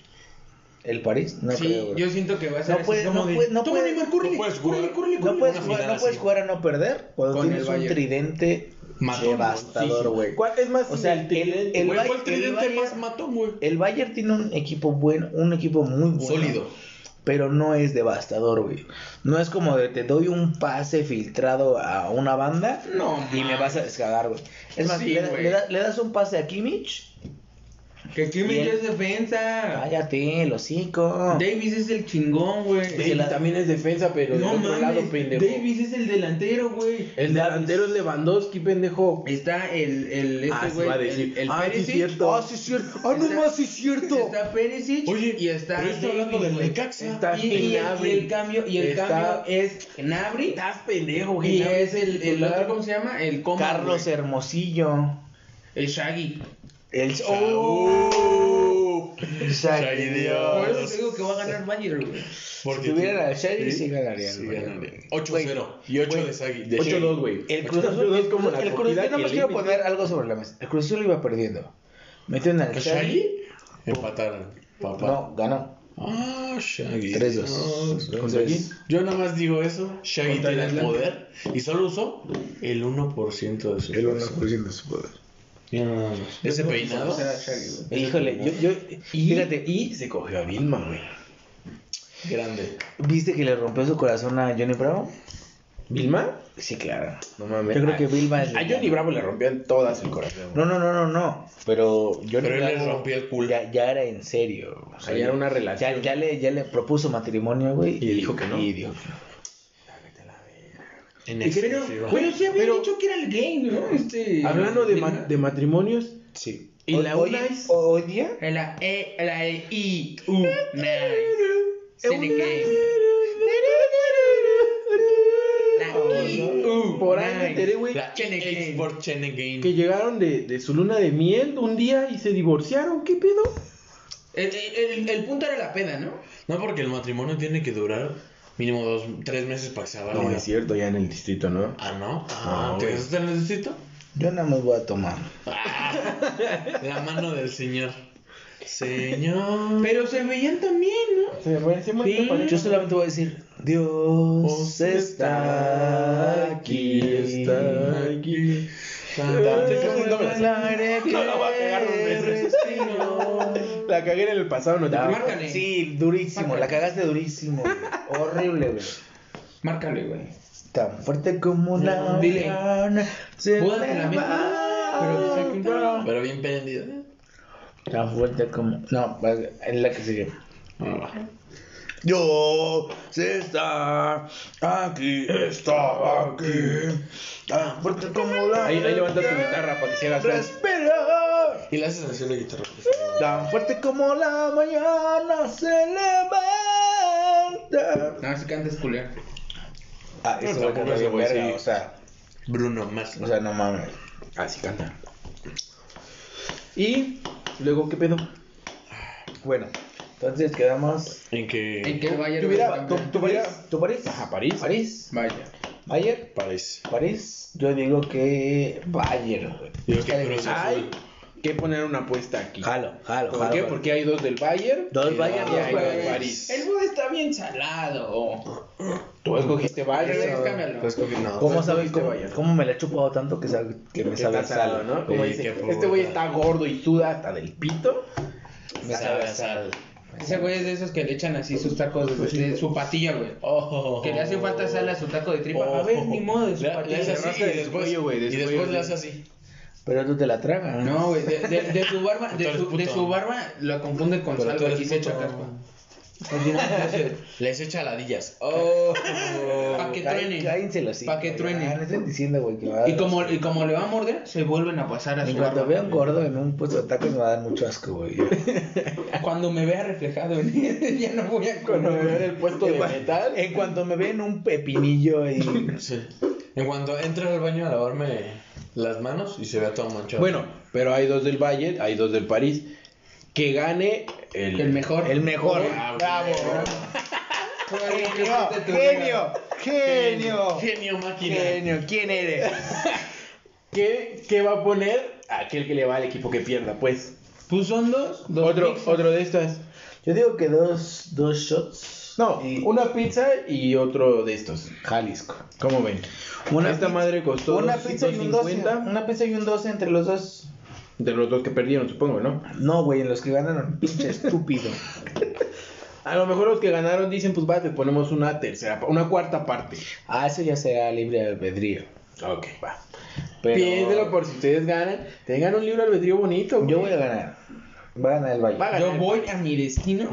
Speaker 2: El París, no
Speaker 4: sí,
Speaker 2: creo, güey.
Speaker 4: yo siento que va a ser
Speaker 2: No
Speaker 4: así
Speaker 2: puede-
Speaker 4: como
Speaker 2: no
Speaker 4: de,
Speaker 2: puede- no
Speaker 4: "Toma,
Speaker 2: puede-
Speaker 4: Neymar, córrele,
Speaker 1: no puedes
Speaker 4: córrele,
Speaker 1: jugar.
Speaker 4: córrele,
Speaker 2: No
Speaker 4: córrele".
Speaker 2: puedes,
Speaker 1: una
Speaker 2: jugar,
Speaker 1: final
Speaker 2: no puedes
Speaker 1: así.
Speaker 2: jugar a no perder cuando
Speaker 4: Con
Speaker 2: tienes
Speaker 4: el
Speaker 2: un
Speaker 4: Bayern.
Speaker 2: tridente
Speaker 1: Matón,
Speaker 2: devastador, güey.
Speaker 3: ¿Cuál es más?
Speaker 2: O sea, el, el,
Speaker 3: inteligente,
Speaker 2: el,
Speaker 1: Güey,
Speaker 2: Bay-
Speaker 1: fue el
Speaker 2: el
Speaker 1: tridente
Speaker 2: Bayern-
Speaker 1: más matón, güey.
Speaker 2: el Bayern tiene un equipo bueno, un equipo muy bueno.
Speaker 1: Sólido.
Speaker 2: Pero no es devastador, güey. No es como de te doy un pase filtrado a una banda
Speaker 4: No,
Speaker 2: y me vas a descagar, güey. Es más,
Speaker 4: Sí,
Speaker 2: le, da-
Speaker 4: güey.
Speaker 2: le da- le das un pase a Kimmich.
Speaker 4: Que Kimmich
Speaker 2: Y él-
Speaker 4: es defensa.
Speaker 2: Cállate, el hocico.
Speaker 4: Davis es el chingón, güey.
Speaker 2: Sí,
Speaker 3: Davis también es defensa, pero
Speaker 4: No
Speaker 3: del otro
Speaker 4: mames,
Speaker 3: lado, pendejo.
Speaker 4: Davis es el delantero, güey.
Speaker 3: El delantero es Lewandowski, pendejo.
Speaker 4: Está el, el este
Speaker 3: Ah, sí
Speaker 4: güey,
Speaker 3: va a
Speaker 4: el,
Speaker 3: decir,
Speaker 4: el
Speaker 3: ah, sí
Speaker 4: Perisic.
Speaker 3: es cierto.
Speaker 2: Ah, sí es cierto. Ah, no
Speaker 4: Está-
Speaker 2: más, sí
Speaker 4: <laughs>
Speaker 2: es cierto.
Speaker 4: Está Perisic
Speaker 1: Oye,
Speaker 4: y está
Speaker 1: pero estoy hablando
Speaker 4: Davis,
Speaker 1: del
Speaker 4: güey.
Speaker 1: Necaxa.
Speaker 4: Está y, y el, y el cambio y el
Speaker 3: Está-
Speaker 4: cambio es Gnabry
Speaker 3: Estás pendejo,
Speaker 4: y
Speaker 3: Gnabry
Speaker 4: es el, el
Speaker 3: titular.
Speaker 4: otro cómo se llama el Coman,
Speaker 2: Carlos
Speaker 4: güey.
Speaker 2: Hermosillo.
Speaker 3: E-
Speaker 4: el Shaggy.
Speaker 2: El
Speaker 1: ¡Oh!
Speaker 2: Shaggy,
Speaker 4: Por
Speaker 1: Dios.
Speaker 4: eso te digo que va a
Speaker 1: E-
Speaker 4: ganar Bayern, güey.
Speaker 1: Porque
Speaker 2: tuvieran
Speaker 1: tú-
Speaker 2: al Shaggy, sí ganarían,
Speaker 1: Sí
Speaker 2: güey.
Speaker 1: ganarían. 8-0. Y 8 de Shaggy. de Shaggy.
Speaker 3: 8-2, güey.
Speaker 2: El Cruz
Speaker 3: 8-2
Speaker 2: Azul. El
Speaker 3: como
Speaker 2: Cruz
Speaker 3: la
Speaker 2: el Cruz-
Speaker 3: cogida
Speaker 2: yo nada más
Speaker 3: que
Speaker 2: quiero
Speaker 3: le-
Speaker 2: poner algo sobre la mesa. El Cruz Azul iba perdiendo. Metieron al
Speaker 1: ¿Con
Speaker 3: ¿Pues
Speaker 2: Shaggy.
Speaker 1: Shaggy? Empataron. Papá.
Speaker 2: No, ganó.
Speaker 1: Ah, Shaggy.
Speaker 2: 3-2.
Speaker 1: No.
Speaker 3: ¿Con Shaggy?
Speaker 1: Yo nada más digo eso. Shaggy
Speaker 3: Contra
Speaker 1: tiene
Speaker 3: el
Speaker 1: el poder. Y solo usó el 1% de su
Speaker 3: El
Speaker 1: fuerza.
Speaker 3: 1% de su poder.
Speaker 1: Ya nada más. Ese peinado.
Speaker 4: Será Shaggy, güey.
Speaker 2: Híjole, yo, yo, fíjate, y
Speaker 3: Se cogió a Vilma, güey.
Speaker 1: Grande.
Speaker 2: ¿viste que le rompió su corazón a Johnny Bravo?
Speaker 3: ¿Vilma?
Speaker 2: Sí, claro.
Speaker 3: No mames.
Speaker 2: Yo creo que Vilma es...
Speaker 3: A Johnny Bravo le rompían todas el corazón.
Speaker 2: No, no, no, no, no. Pero yo
Speaker 1: Pero él le rompió el culo.
Speaker 2: Ya, ya era en serio. O sea,
Speaker 3: Allá era una
Speaker 2: ya,
Speaker 3: relación.
Speaker 2: ya le, ya le propuso matrimonio, güey.
Speaker 3: Y dijo que no.
Speaker 2: Y dijo que no.
Speaker 1: En
Speaker 4: Pero,
Speaker 1: exclusiva.
Speaker 4: pero sí había
Speaker 3: Pero-
Speaker 4: dicho que era el gay, ¿no? Este,
Speaker 3: Hablando de,
Speaker 4: Vilma.
Speaker 3: ma- de matrimonios,
Speaker 2: Sí.
Speaker 3: Y
Speaker 2: Hoy-
Speaker 3: la
Speaker 2: hoy-
Speaker 3: una es-
Speaker 2: hoy día,
Speaker 4: En La E, la E, I, U, nice.
Speaker 3: Eh,
Speaker 4: Silly game. La I, U,
Speaker 3: Por ahí me
Speaker 4: nice.
Speaker 3: enteré, güey,
Speaker 1: La
Speaker 4: Chene Game.
Speaker 1: Export Chene Game.
Speaker 3: que llegaron de, de su luna de miel un día y se divorciaron. ¿Qué pedo?
Speaker 4: El, el- el- el punto era la peda, ¿no?
Speaker 1: No, porque el matrimonio tiene que durar mínimo dos, tres meses para que sea válido.
Speaker 3: cierto, ya en el distrito, ¿no?
Speaker 1: Ah, ¿no? Ah,
Speaker 3: No,
Speaker 1: ¿Te
Speaker 3: güey.
Speaker 1: casaste en el distrito?
Speaker 2: yo nada más voy a tomar.
Speaker 1: La mano del señor. Señor.
Speaker 4: Pero se veían también, ¿no?
Speaker 3: Se me parece muy
Speaker 4: Sí.
Speaker 3: capaz.
Speaker 2: Yo solamente voy a decir,
Speaker 3: Pues
Speaker 2: Dios está aquí.
Speaker 3: está aquí.
Speaker 1: Cantante, casi no me la sé.
Speaker 2: El aire que
Speaker 3: No la voy a cagar dos
Speaker 2: <laughs>
Speaker 3: veces.
Speaker 2: respiro.
Speaker 3: <laughs> La cagué en el pasado, no te
Speaker 4: No.
Speaker 3: preocupes.
Speaker 4: Márcale.
Speaker 2: Sí, durísimo,
Speaker 4: Márcale.
Speaker 2: la cagaste durísimo. güey. Horrible, güey.
Speaker 4: Márcale, güey.
Speaker 2: Tan fuerte como la
Speaker 4: Dile.
Speaker 2: lana se
Speaker 4: Búdate la
Speaker 2: me
Speaker 4: meta,
Speaker 2: va.
Speaker 4: pero que se cumpla.
Speaker 1: Pero bien prendido. ¿eh?
Speaker 2: Tan fuerte como. No, va- es la que sigue.
Speaker 1: Ah, va.
Speaker 2: Dios está aquí, está aquí. Tan fuerte como la
Speaker 3: Ahí, ahí levanta tu guitarra para que se haga salsa.
Speaker 2: Respira.
Speaker 1: Y le haces así la guitarra.
Speaker 2: Tan fuerte como la mañana se levanta.
Speaker 4: No, si cantas culero.
Speaker 2: Ah,
Speaker 1: No,
Speaker 2: ese
Speaker 1: tampoco
Speaker 2: güey canta
Speaker 1: ese
Speaker 2: bien
Speaker 1: güey,
Speaker 2: verga,
Speaker 1: sí. Ah,
Speaker 2: o sea,
Speaker 1: Bruno Mars.
Speaker 2: o sea, no mames.
Speaker 3: Así canta. Y luego, ¿qué pedo?
Speaker 2: Bueno, entonces quedamos.
Speaker 1: En que.
Speaker 4: En que el Bayern va
Speaker 2: Tuviera,
Speaker 4: a
Speaker 2: tu,
Speaker 4: campeón.
Speaker 2: tu París, tu París,
Speaker 3: Ajá, París.
Speaker 2: París,
Speaker 4: Vaya.
Speaker 2: Bayern,
Speaker 1: París.
Speaker 2: París. Yo digo que Bayern, güey.
Speaker 1: Digo que Cruz
Speaker 3: Hay
Speaker 1: Azul.
Speaker 3: que poner una apuesta aquí.
Speaker 2: Jalo, jalo,
Speaker 3: ¿Por
Speaker 2: jalo.
Speaker 3: qué?
Speaker 2: jalo.
Speaker 3: Porque hay dos del Bayern.
Speaker 2: dos Bayern,
Speaker 3: y hay
Speaker 2: dos
Speaker 3: dos del
Speaker 2: Bayern.
Speaker 3: París.
Speaker 4: El Buda está bien salado.
Speaker 3: Tú escogiste
Speaker 4: Eso,
Speaker 3: Bayern.
Speaker 4: cámbialo.
Speaker 1: Pues creo que no.
Speaker 2: ¿Cómo
Speaker 3: Pues,
Speaker 2: sabes
Speaker 3: dijiste
Speaker 2: cómo,
Speaker 3: Bayern.
Speaker 2: cómo me la he chupado tanto que, sabe, que me
Speaker 3: Que
Speaker 2: sabe
Speaker 3: está
Speaker 2: a sal,
Speaker 3: salado, ¿no? Como
Speaker 1: Sí,
Speaker 3: dice,
Speaker 1: qué
Speaker 3: este güey
Speaker 1: puta.
Speaker 3: está gordo y suda hasta del pito.
Speaker 1: Me sabe a sal.
Speaker 4: Ese güey es de esos que le echan así sus tacos de, de su patilla, güey.
Speaker 1: Oh.
Speaker 4: Que le hace falta sal a su taco de tripa.
Speaker 1: Oh.
Speaker 4: A ver, ni modo de su
Speaker 1: Le, le
Speaker 4: patilla.
Speaker 1: hace
Speaker 3: rasca
Speaker 1: así y
Speaker 3: de su
Speaker 1: después,
Speaker 3: cuello, güey, de
Speaker 1: y
Speaker 3: su
Speaker 1: después
Speaker 3: cuello,
Speaker 1: le hace
Speaker 3: güey.
Speaker 1: así.
Speaker 2: Pero tú te la tragas.
Speaker 4: No, güey, de, de, de su barba,
Speaker 1: Tú
Speaker 4: de
Speaker 1: eres
Speaker 4: su, de
Speaker 1: puto.
Speaker 4: su barba lo confunde con
Speaker 1: Pero
Speaker 4: sal,
Speaker 1: tú
Speaker 4: güey,
Speaker 1: eres
Speaker 4: y se echa
Speaker 1: puto.
Speaker 4: caspa. Así no se hace.
Speaker 1: Les echa ladillas.
Speaker 2: Oh,
Speaker 4: Pa' que
Speaker 2: Cá-
Speaker 4: truene.
Speaker 2: Cállense los hijos.
Speaker 4: Pa' que truene.
Speaker 2: Ah, No estén diciendo, güey, que me va a dar-
Speaker 4: Y como, y como le va a morder, se vuelven a pasar a su
Speaker 2: En cuanto
Speaker 4: barba.
Speaker 2: vea un gordo en un puesto de tacos <laughs> me va a dar mucho asco, güey.
Speaker 4: Cuando me vea reflejado en él, <laughs> ya no voy a
Speaker 3: Cuando me
Speaker 4: comer.
Speaker 3: veo en el puesto de
Speaker 2: En cua-
Speaker 3: metal.
Speaker 2: En cuanto me ven un pepinillo y...
Speaker 1: Sí. En cuanto entro al baño a lavarme las manos y se vea todo manchado.
Speaker 3: Bueno, pero hay dos del Valle, hay dos del París. Que gane el,
Speaker 4: El mejor.
Speaker 2: El mejor.
Speaker 1: Ah,
Speaker 2: Bravo.
Speaker 4: Todavía no
Speaker 2: Genio,
Speaker 4: existe tu
Speaker 2: genio,
Speaker 4: vida.
Speaker 2: genio.
Speaker 1: genio máquina.
Speaker 2: Genio, ¿quién eres?
Speaker 3: <laughs> ¿Qué, qué va a poner aquel que le va al equipo que pierda? Pues.
Speaker 4: Pues son dos. dos
Speaker 3: otro,
Speaker 4: mixes.
Speaker 3: otro de estas.
Speaker 2: <laughs> Yo digo que dos, dos shots.
Speaker 3: No,
Speaker 2: Y-
Speaker 3: una pizza y otro de estos.
Speaker 2: Jalisco.
Speaker 3: ¿Cómo ven?
Speaker 2: Una
Speaker 3: Esta
Speaker 2: pizza-
Speaker 3: madre costó
Speaker 2: Una pizza y un 12.
Speaker 3: 2.50.
Speaker 2: Una pizza y un 12 entre los dos.
Speaker 3: De los dos que perdieron, supongo, ¿no?
Speaker 2: No, güey, en los que ganaron. <laughs> Pinche estúpido.
Speaker 3: A lo mejor los que ganaron dicen, pues va, te ponemos una tercera, pa- una cuarta parte.
Speaker 2: Ah, eso ya será libre albedrío.
Speaker 3: Ok, va.
Speaker 2: Pero-
Speaker 3: Piénselo por si ustedes ganan. Tengan un libro albedrío bonito. güey.
Speaker 2: Yo voy a ganar. Va a ganar el Valle.
Speaker 3: Va a ganar.
Speaker 4: Yo voy a mi destino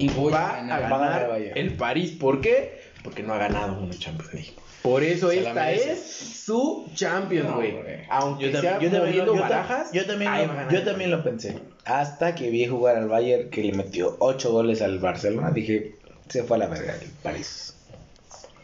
Speaker 4: y voy
Speaker 3: va
Speaker 4: a
Speaker 3: a
Speaker 4: ganar.
Speaker 2: ganar el
Speaker 3: ganar
Speaker 2: Bayern.
Speaker 3: el París. ¿Por qué? Porque no ha ganado una Champions League. Por eso
Speaker 1: Se la
Speaker 3: esta
Speaker 1: merece.
Speaker 3: es su Champions,
Speaker 4: No,
Speaker 3: güey.
Speaker 4: güey.
Speaker 3: Aunque
Speaker 2: Yo
Speaker 3: sea
Speaker 2: también, yo también,
Speaker 3: moviendo
Speaker 2: lo- yo ta-
Speaker 3: barajas,
Speaker 2: yo también
Speaker 3: ahí
Speaker 2: lo-
Speaker 3: va a ganar
Speaker 2: yo
Speaker 3: el
Speaker 2: también
Speaker 3: Bayern.
Speaker 2: lo pensé. Hasta que vi jugar al Bayern que le metió 8 goles al Barcelona, dije, se fue a la verga el París.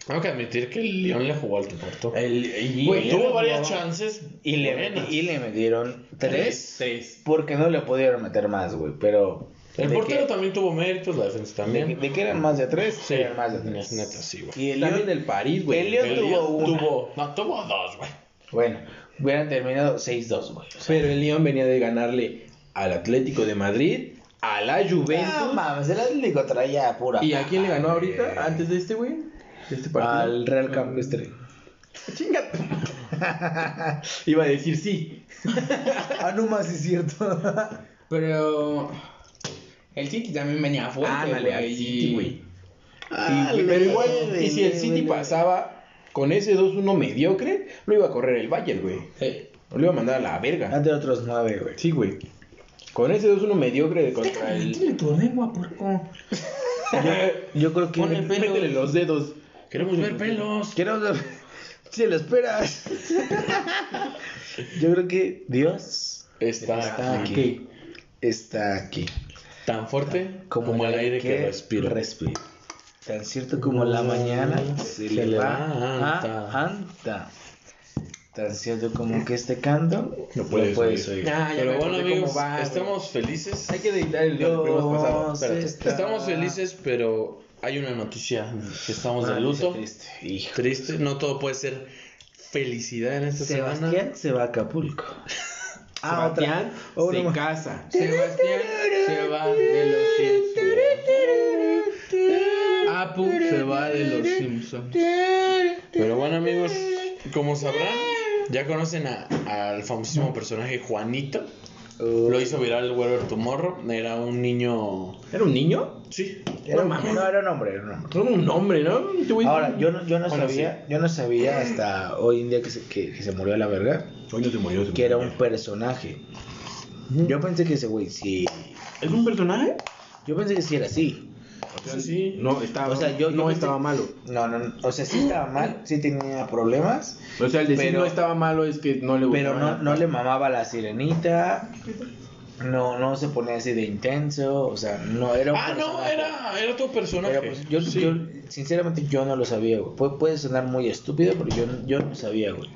Speaker 1: Tengo que admitir que el León le jugó al Porto.
Speaker 3: El- y-
Speaker 1: Güey,
Speaker 3: y-
Speaker 1: tuvo varias chances
Speaker 2: Y le,
Speaker 1: buenas.
Speaker 2: y le metieron 3
Speaker 3: Tres.
Speaker 2: porque no le pudieron meter más, güey, pero...
Speaker 1: El
Speaker 2: de
Speaker 1: portero
Speaker 2: que-
Speaker 1: también tuvo méritos, la defensa
Speaker 2: de,
Speaker 1: también.
Speaker 2: de que eran más de 3,
Speaker 1: Sí,
Speaker 2: eran más de
Speaker 1: es
Speaker 2: 3.
Speaker 1: neta, sí, güey.
Speaker 2: Y el
Speaker 3: También
Speaker 2: León,
Speaker 3: del París,
Speaker 2: el
Speaker 3: güey.
Speaker 2: León
Speaker 1: El
Speaker 2: tuvo
Speaker 1: León
Speaker 2: una.
Speaker 1: tuvo, no, tuvo dos, güey.
Speaker 2: Bueno, hubieran terminado 6-2, güey. O sea,
Speaker 3: Pero el León venía de ganarle al Atlético de Madrid, a la Juventus.
Speaker 2: no mames, el Atlético traía pura...
Speaker 3: ¿Y a quién le ganó
Speaker 2: paja,
Speaker 4: Eh,
Speaker 3: ahorita?
Speaker 2: güey.
Speaker 3: Antes de este, güey. De este partido.
Speaker 2: Al Real Campestre.
Speaker 3: Chinga tu- Iba a decir sí.
Speaker 2: <laughs> Ah, no más, es cierto.
Speaker 4: Pero el City también venía fuerte,
Speaker 3: Ándale, al
Speaker 4: güey.
Speaker 3: City,
Speaker 4: y-
Speaker 3: güey.
Speaker 2: Ah,
Speaker 3: Y- pero igual,
Speaker 2: leve,
Speaker 3: y si el
Speaker 2: leve,
Speaker 3: City
Speaker 2: leve.
Speaker 3: pasaba con ese 2-1 mediocre, lo iba a correr el Bayern, güey.
Speaker 4: Sí.
Speaker 3: Lo iba a mandar a la verga.
Speaker 2: Ante otros nueve, güey.
Speaker 3: Sí, güey. Con ese 2-1 mediocre de contra
Speaker 4: Déjame
Speaker 3: el.
Speaker 4: meterle tu lengua,
Speaker 3: Ah,
Speaker 4: porco.
Speaker 2: Yo creo que.
Speaker 4: Pon el pelo.
Speaker 3: Métele los dedos.
Speaker 1: Queremos ver pelos.
Speaker 2: Quiero ver- <laughs> Si lo
Speaker 1: <laughs>
Speaker 2: esperas. Yo creo que Dios
Speaker 1: Está,
Speaker 2: está
Speaker 1: aquí.
Speaker 2: aquí. Está aquí.
Speaker 1: Tan fuerte como, el aire que, respiro.
Speaker 2: respiro. Tan cierto como la mañana se, levanta.
Speaker 1: levanta.
Speaker 2: Tan cierto como que este canto
Speaker 1: No puedes
Speaker 2: oír.
Speaker 4: Ah, ya me
Speaker 1: Pero bueno,
Speaker 4: acordé cómo
Speaker 1: amigos,
Speaker 4: va, güey.
Speaker 1: estamos felices.
Speaker 3: Hay que editar el video que hemos pasado.
Speaker 2: Dios
Speaker 3: Espérate.
Speaker 2: está-
Speaker 1: Estamos felices, pero hay una noticia que estamos de
Speaker 2: Una
Speaker 1: luto. Triste.
Speaker 2: noticia Ah, triste. Hijo.
Speaker 1: No todo puede ser felicidad en esta semana.
Speaker 2: Sebastián se va a Acapulco. Ah,
Speaker 3: Sebastián
Speaker 2: otra.
Speaker 3: se
Speaker 2: Una-
Speaker 3: casa.
Speaker 4: Sebastián se va de los Simpsons. Apu se va de los Simpsons.
Speaker 1: Pero bueno, amigos, como sabrán, ya conocen a- al famosísimo personaje Juanito.
Speaker 2: Uh,
Speaker 1: Lo hizo viral el Weber Tomorrow. Era un niño.
Speaker 3: ¿Era un niño?
Speaker 1: Sí,
Speaker 2: Era un,
Speaker 3: No mames.
Speaker 2: no, era un hombre, era un hombre.
Speaker 3: Era un hombre, ¿no? Este güey-
Speaker 2: Ahora, yo no, yo no
Speaker 3: Bueno,
Speaker 2: sabía, yo no sabía hasta hoy en día que se, que, que se murió a la verga,
Speaker 3: Hoy no se murió. se
Speaker 2: que era
Speaker 3: murió.
Speaker 2: un personaje. Yo pensé que ese güey sí.
Speaker 3: ¿Es un personaje?
Speaker 2: Yo pensé que sí era así.
Speaker 1: sí.
Speaker 3: No, estaba,
Speaker 2: O sea, yo- yo
Speaker 3: no
Speaker 2: pensé-
Speaker 3: estaba malo.
Speaker 2: No, no, no, o sea, sí estaba mal, sí tenía problemas,
Speaker 3: O sea, el decir
Speaker 2: Pero-
Speaker 3: no estaba malo es que no le
Speaker 2: pero
Speaker 3: gustaba
Speaker 2: no,
Speaker 3: la-
Speaker 2: no le mamaba la sirenita. No, no se ponía así de intenso, o sea, no era un
Speaker 1: Ah, no,
Speaker 2: personaje.
Speaker 1: era, era tu personaje.
Speaker 2: Pero, pues, yo,
Speaker 1: Sí.
Speaker 2: yo, sinceramente, yo no lo sabía, güey. Pu- puede sonar muy estúpido, pero yo, yo no sabía, güey.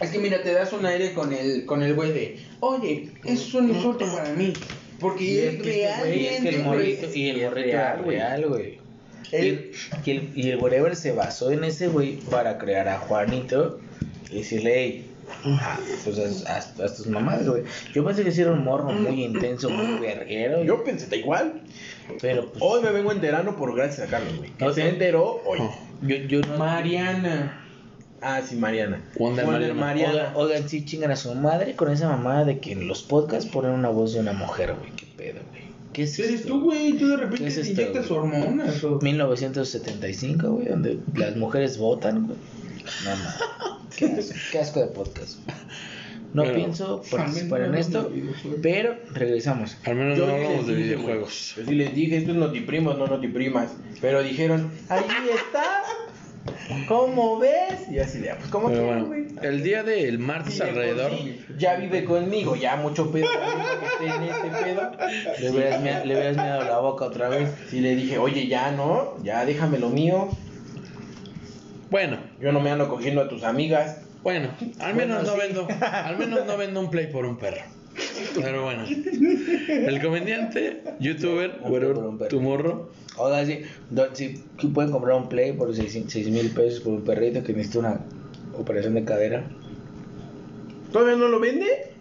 Speaker 4: Es que mira, te das un aire con el con el güey de, oye, eso es un insulto para mí. Porque
Speaker 2: Y
Speaker 4: es
Speaker 2: es que este güey, es que
Speaker 4: realmente,
Speaker 2: el
Speaker 4: güey,
Speaker 2: morrito, y el
Speaker 4: es
Speaker 2: morrito
Speaker 4: real,
Speaker 2: era real, güey.
Speaker 4: El-
Speaker 2: Y el- Y el, y el whatever se basó en ese güey para crear a Juanito y decirle, hey, ah, pues haz, haz- haz tus mamadas, güey. Yo pensé que sí era un morro muy intenso, muy verguero,
Speaker 3: Yo pensé está igual.
Speaker 2: pero pues,
Speaker 3: Hoy me vengo enterando por gracias a Carlos, güey. Que
Speaker 2: O sea,
Speaker 3: se enteró hoy.
Speaker 2: yo, yo no...
Speaker 4: Mariana.
Speaker 3: Ah, sí, Mariana.
Speaker 1: Wonder
Speaker 3: Wonder
Speaker 1: Mariana.
Speaker 2: Oigan, oigan, sí chingan a su madre con esa mamada de que en los podcasts ponen una voz de una mujer, güey. Qué pedo, güey. ¿Qué es
Speaker 4: ¿Qué eres
Speaker 2: esto,
Speaker 4: tú, güey? Tú de repente
Speaker 2: ¿Qué es
Speaker 4: te
Speaker 2: esto,
Speaker 4: inyectas
Speaker 2: güey?
Speaker 4: hormonas. o-
Speaker 2: 1975, güey, donde las mujeres votan, güey. No, no. Qué asco, qué asco de podcast. güey. No
Speaker 1: Bueno.
Speaker 2: pienso participar en
Speaker 4: Al menos
Speaker 2: esto,
Speaker 4: de videojuegos.
Speaker 2: pero regresamos.
Speaker 1: Al menos
Speaker 3: Yo
Speaker 1: no
Speaker 3: sí
Speaker 1: hablamos
Speaker 3: les
Speaker 1: de
Speaker 3: dije, güey.
Speaker 1: videojuegos.
Speaker 3: Yo sí les dije, esto es notiprimas, no notiprimas. Pero dijeron, ahí está. ¿Cómo ves? Y así de, ah, pues, ¿cómo
Speaker 1: Pero
Speaker 3: que, güey?
Speaker 1: bueno, el día del martes
Speaker 3: Vive
Speaker 1: alrededor.
Speaker 3: conmigo, Ya vive conmigo, ya mucho pedo. que esté en este pedo.
Speaker 2: Le hubieras, mea- le hubieras meado la boca otra vez.
Speaker 3: Sí le dije, oye, ya no, ya déjame lo mío.
Speaker 1: Bueno,
Speaker 3: Yo no me ando cogiendo a tus amigas.
Speaker 1: bueno, al menos
Speaker 3: Bueno,
Speaker 1: no
Speaker 3: sí.
Speaker 1: vendo, al menos no vendo un play por un perro. Pero bueno, el comediante, youtuber,
Speaker 2: Un play por un
Speaker 1: whatever,
Speaker 2: perro.
Speaker 1: tu morro,
Speaker 2: Ahora sí, do- si si pueden comprar un Play por 6 mil pesos por un perrito que necesita una operación de cadera.
Speaker 3: ¿Todavía no lo vende?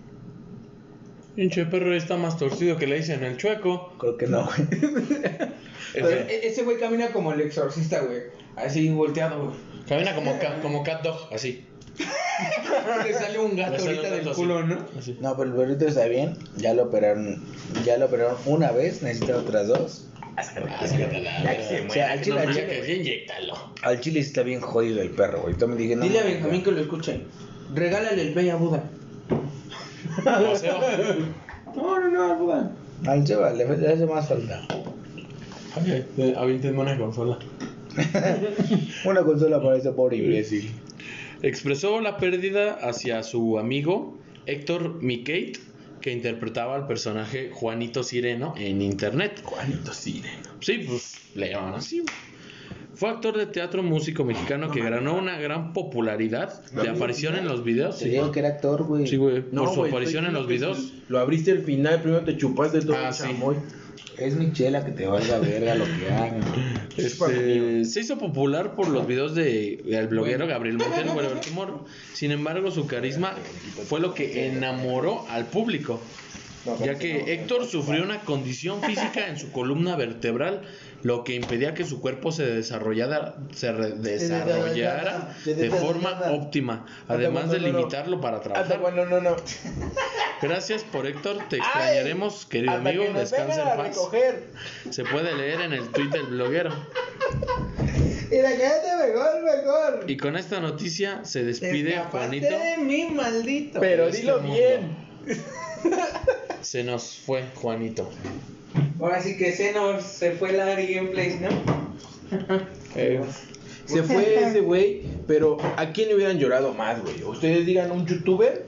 Speaker 1: pinche perro está más torcido que le dicen el chueco.
Speaker 2: Creo que no, güey.
Speaker 1: Ese-
Speaker 4: Pero e- ese güey camina como el exorcista, güey. Así volteado, güey.
Speaker 1: Camina como, ca- como cat dog, así.
Speaker 4: Le sale un gato
Speaker 1: Le sale
Speaker 4: ahorita
Speaker 1: un gato
Speaker 4: del
Speaker 1: así.
Speaker 4: culo, ¿no?
Speaker 1: así.
Speaker 2: No, pero el perrito está bien. Ya lo operaron, ya lo operaron una vez, necesita otras dos.
Speaker 1: Ah, Ya que se
Speaker 2: O
Speaker 1: muera,
Speaker 2: sea, al
Speaker 1: que no
Speaker 2: chile, al
Speaker 1: muera,
Speaker 2: chile-
Speaker 1: que sí, <laughs> inyéctalo.
Speaker 2: al chile sí está bien jodido el perro, güey. Yo me dije, no,
Speaker 4: Dile a
Speaker 2: mames,
Speaker 4: Benjamín que lo escuche. Regálale el play a Buda.
Speaker 1: O sea,
Speaker 4: No, no, no, al Buda.
Speaker 2: Al Seba le, le hace más falta.
Speaker 1: Ay, ay, Aviéntenme una consola.
Speaker 2: Una consola para ese pobre imbécil.
Speaker 1: Expresó la pérdida hacia su amigo Héctor Mikate, que interpretaba al personaje Juanito Sireno en internet.
Speaker 3: Juanito Sireno.
Speaker 1: Sí, pues le llamaban así. güey. Fue actor de teatro músico mexicano que ganó una gran popularidad de aparición en los videos.
Speaker 2: Te digo que era actor, güey.
Speaker 1: Sí, güey,
Speaker 3: No,
Speaker 1: por su
Speaker 3: güey,
Speaker 1: aparición
Speaker 3: estoy
Speaker 1: en los
Speaker 3: diciendo que
Speaker 1: videos.
Speaker 3: si Lo abriste al final, primero te chupaste todo
Speaker 1: Ah,
Speaker 3: el
Speaker 1: sí.
Speaker 3: chamoy.
Speaker 2: Es Michela que te valga verga lo que <laughs> haga.
Speaker 1: Este, se hizo popular por los videos de, del bloguero Gabriel Montiel, Whatever Tomorrow. Sin embargo, su carisma fue lo que enamoró al público, ya que Héctor sufrió una condición física en su columna vertebral, lo que impedía que su cuerpo se desarrollara, se re- desarrollara de forma óptima, además de limitarlo para
Speaker 3: Hasta
Speaker 1: trabajar.
Speaker 3: cuando no, no.
Speaker 1: Gracias por Héctor, te extrañaremos, querido
Speaker 3: Hasta
Speaker 1: amigo,
Speaker 3: que nos vengan
Speaker 1: descansa
Speaker 3: a
Speaker 1: en paz.
Speaker 3: recoger.
Speaker 1: Se puede leer en el tweet del bloguero.
Speaker 4: Mira, cállate mejor, mejor.
Speaker 1: Y con esta noticia se despide Juanito.
Speaker 4: de mí, maldito.
Speaker 3: Pero
Speaker 1: este
Speaker 3: dilo
Speaker 1: mundo.
Speaker 3: bien.
Speaker 1: Se nos fue Juanito.
Speaker 4: Ahora sí que Xenor se fue la Ari Gameplays, ¿no?
Speaker 3: Se fue ese güey, pero ¿a quién le hubieran llorado más, güey? Ustedes digan un youtuber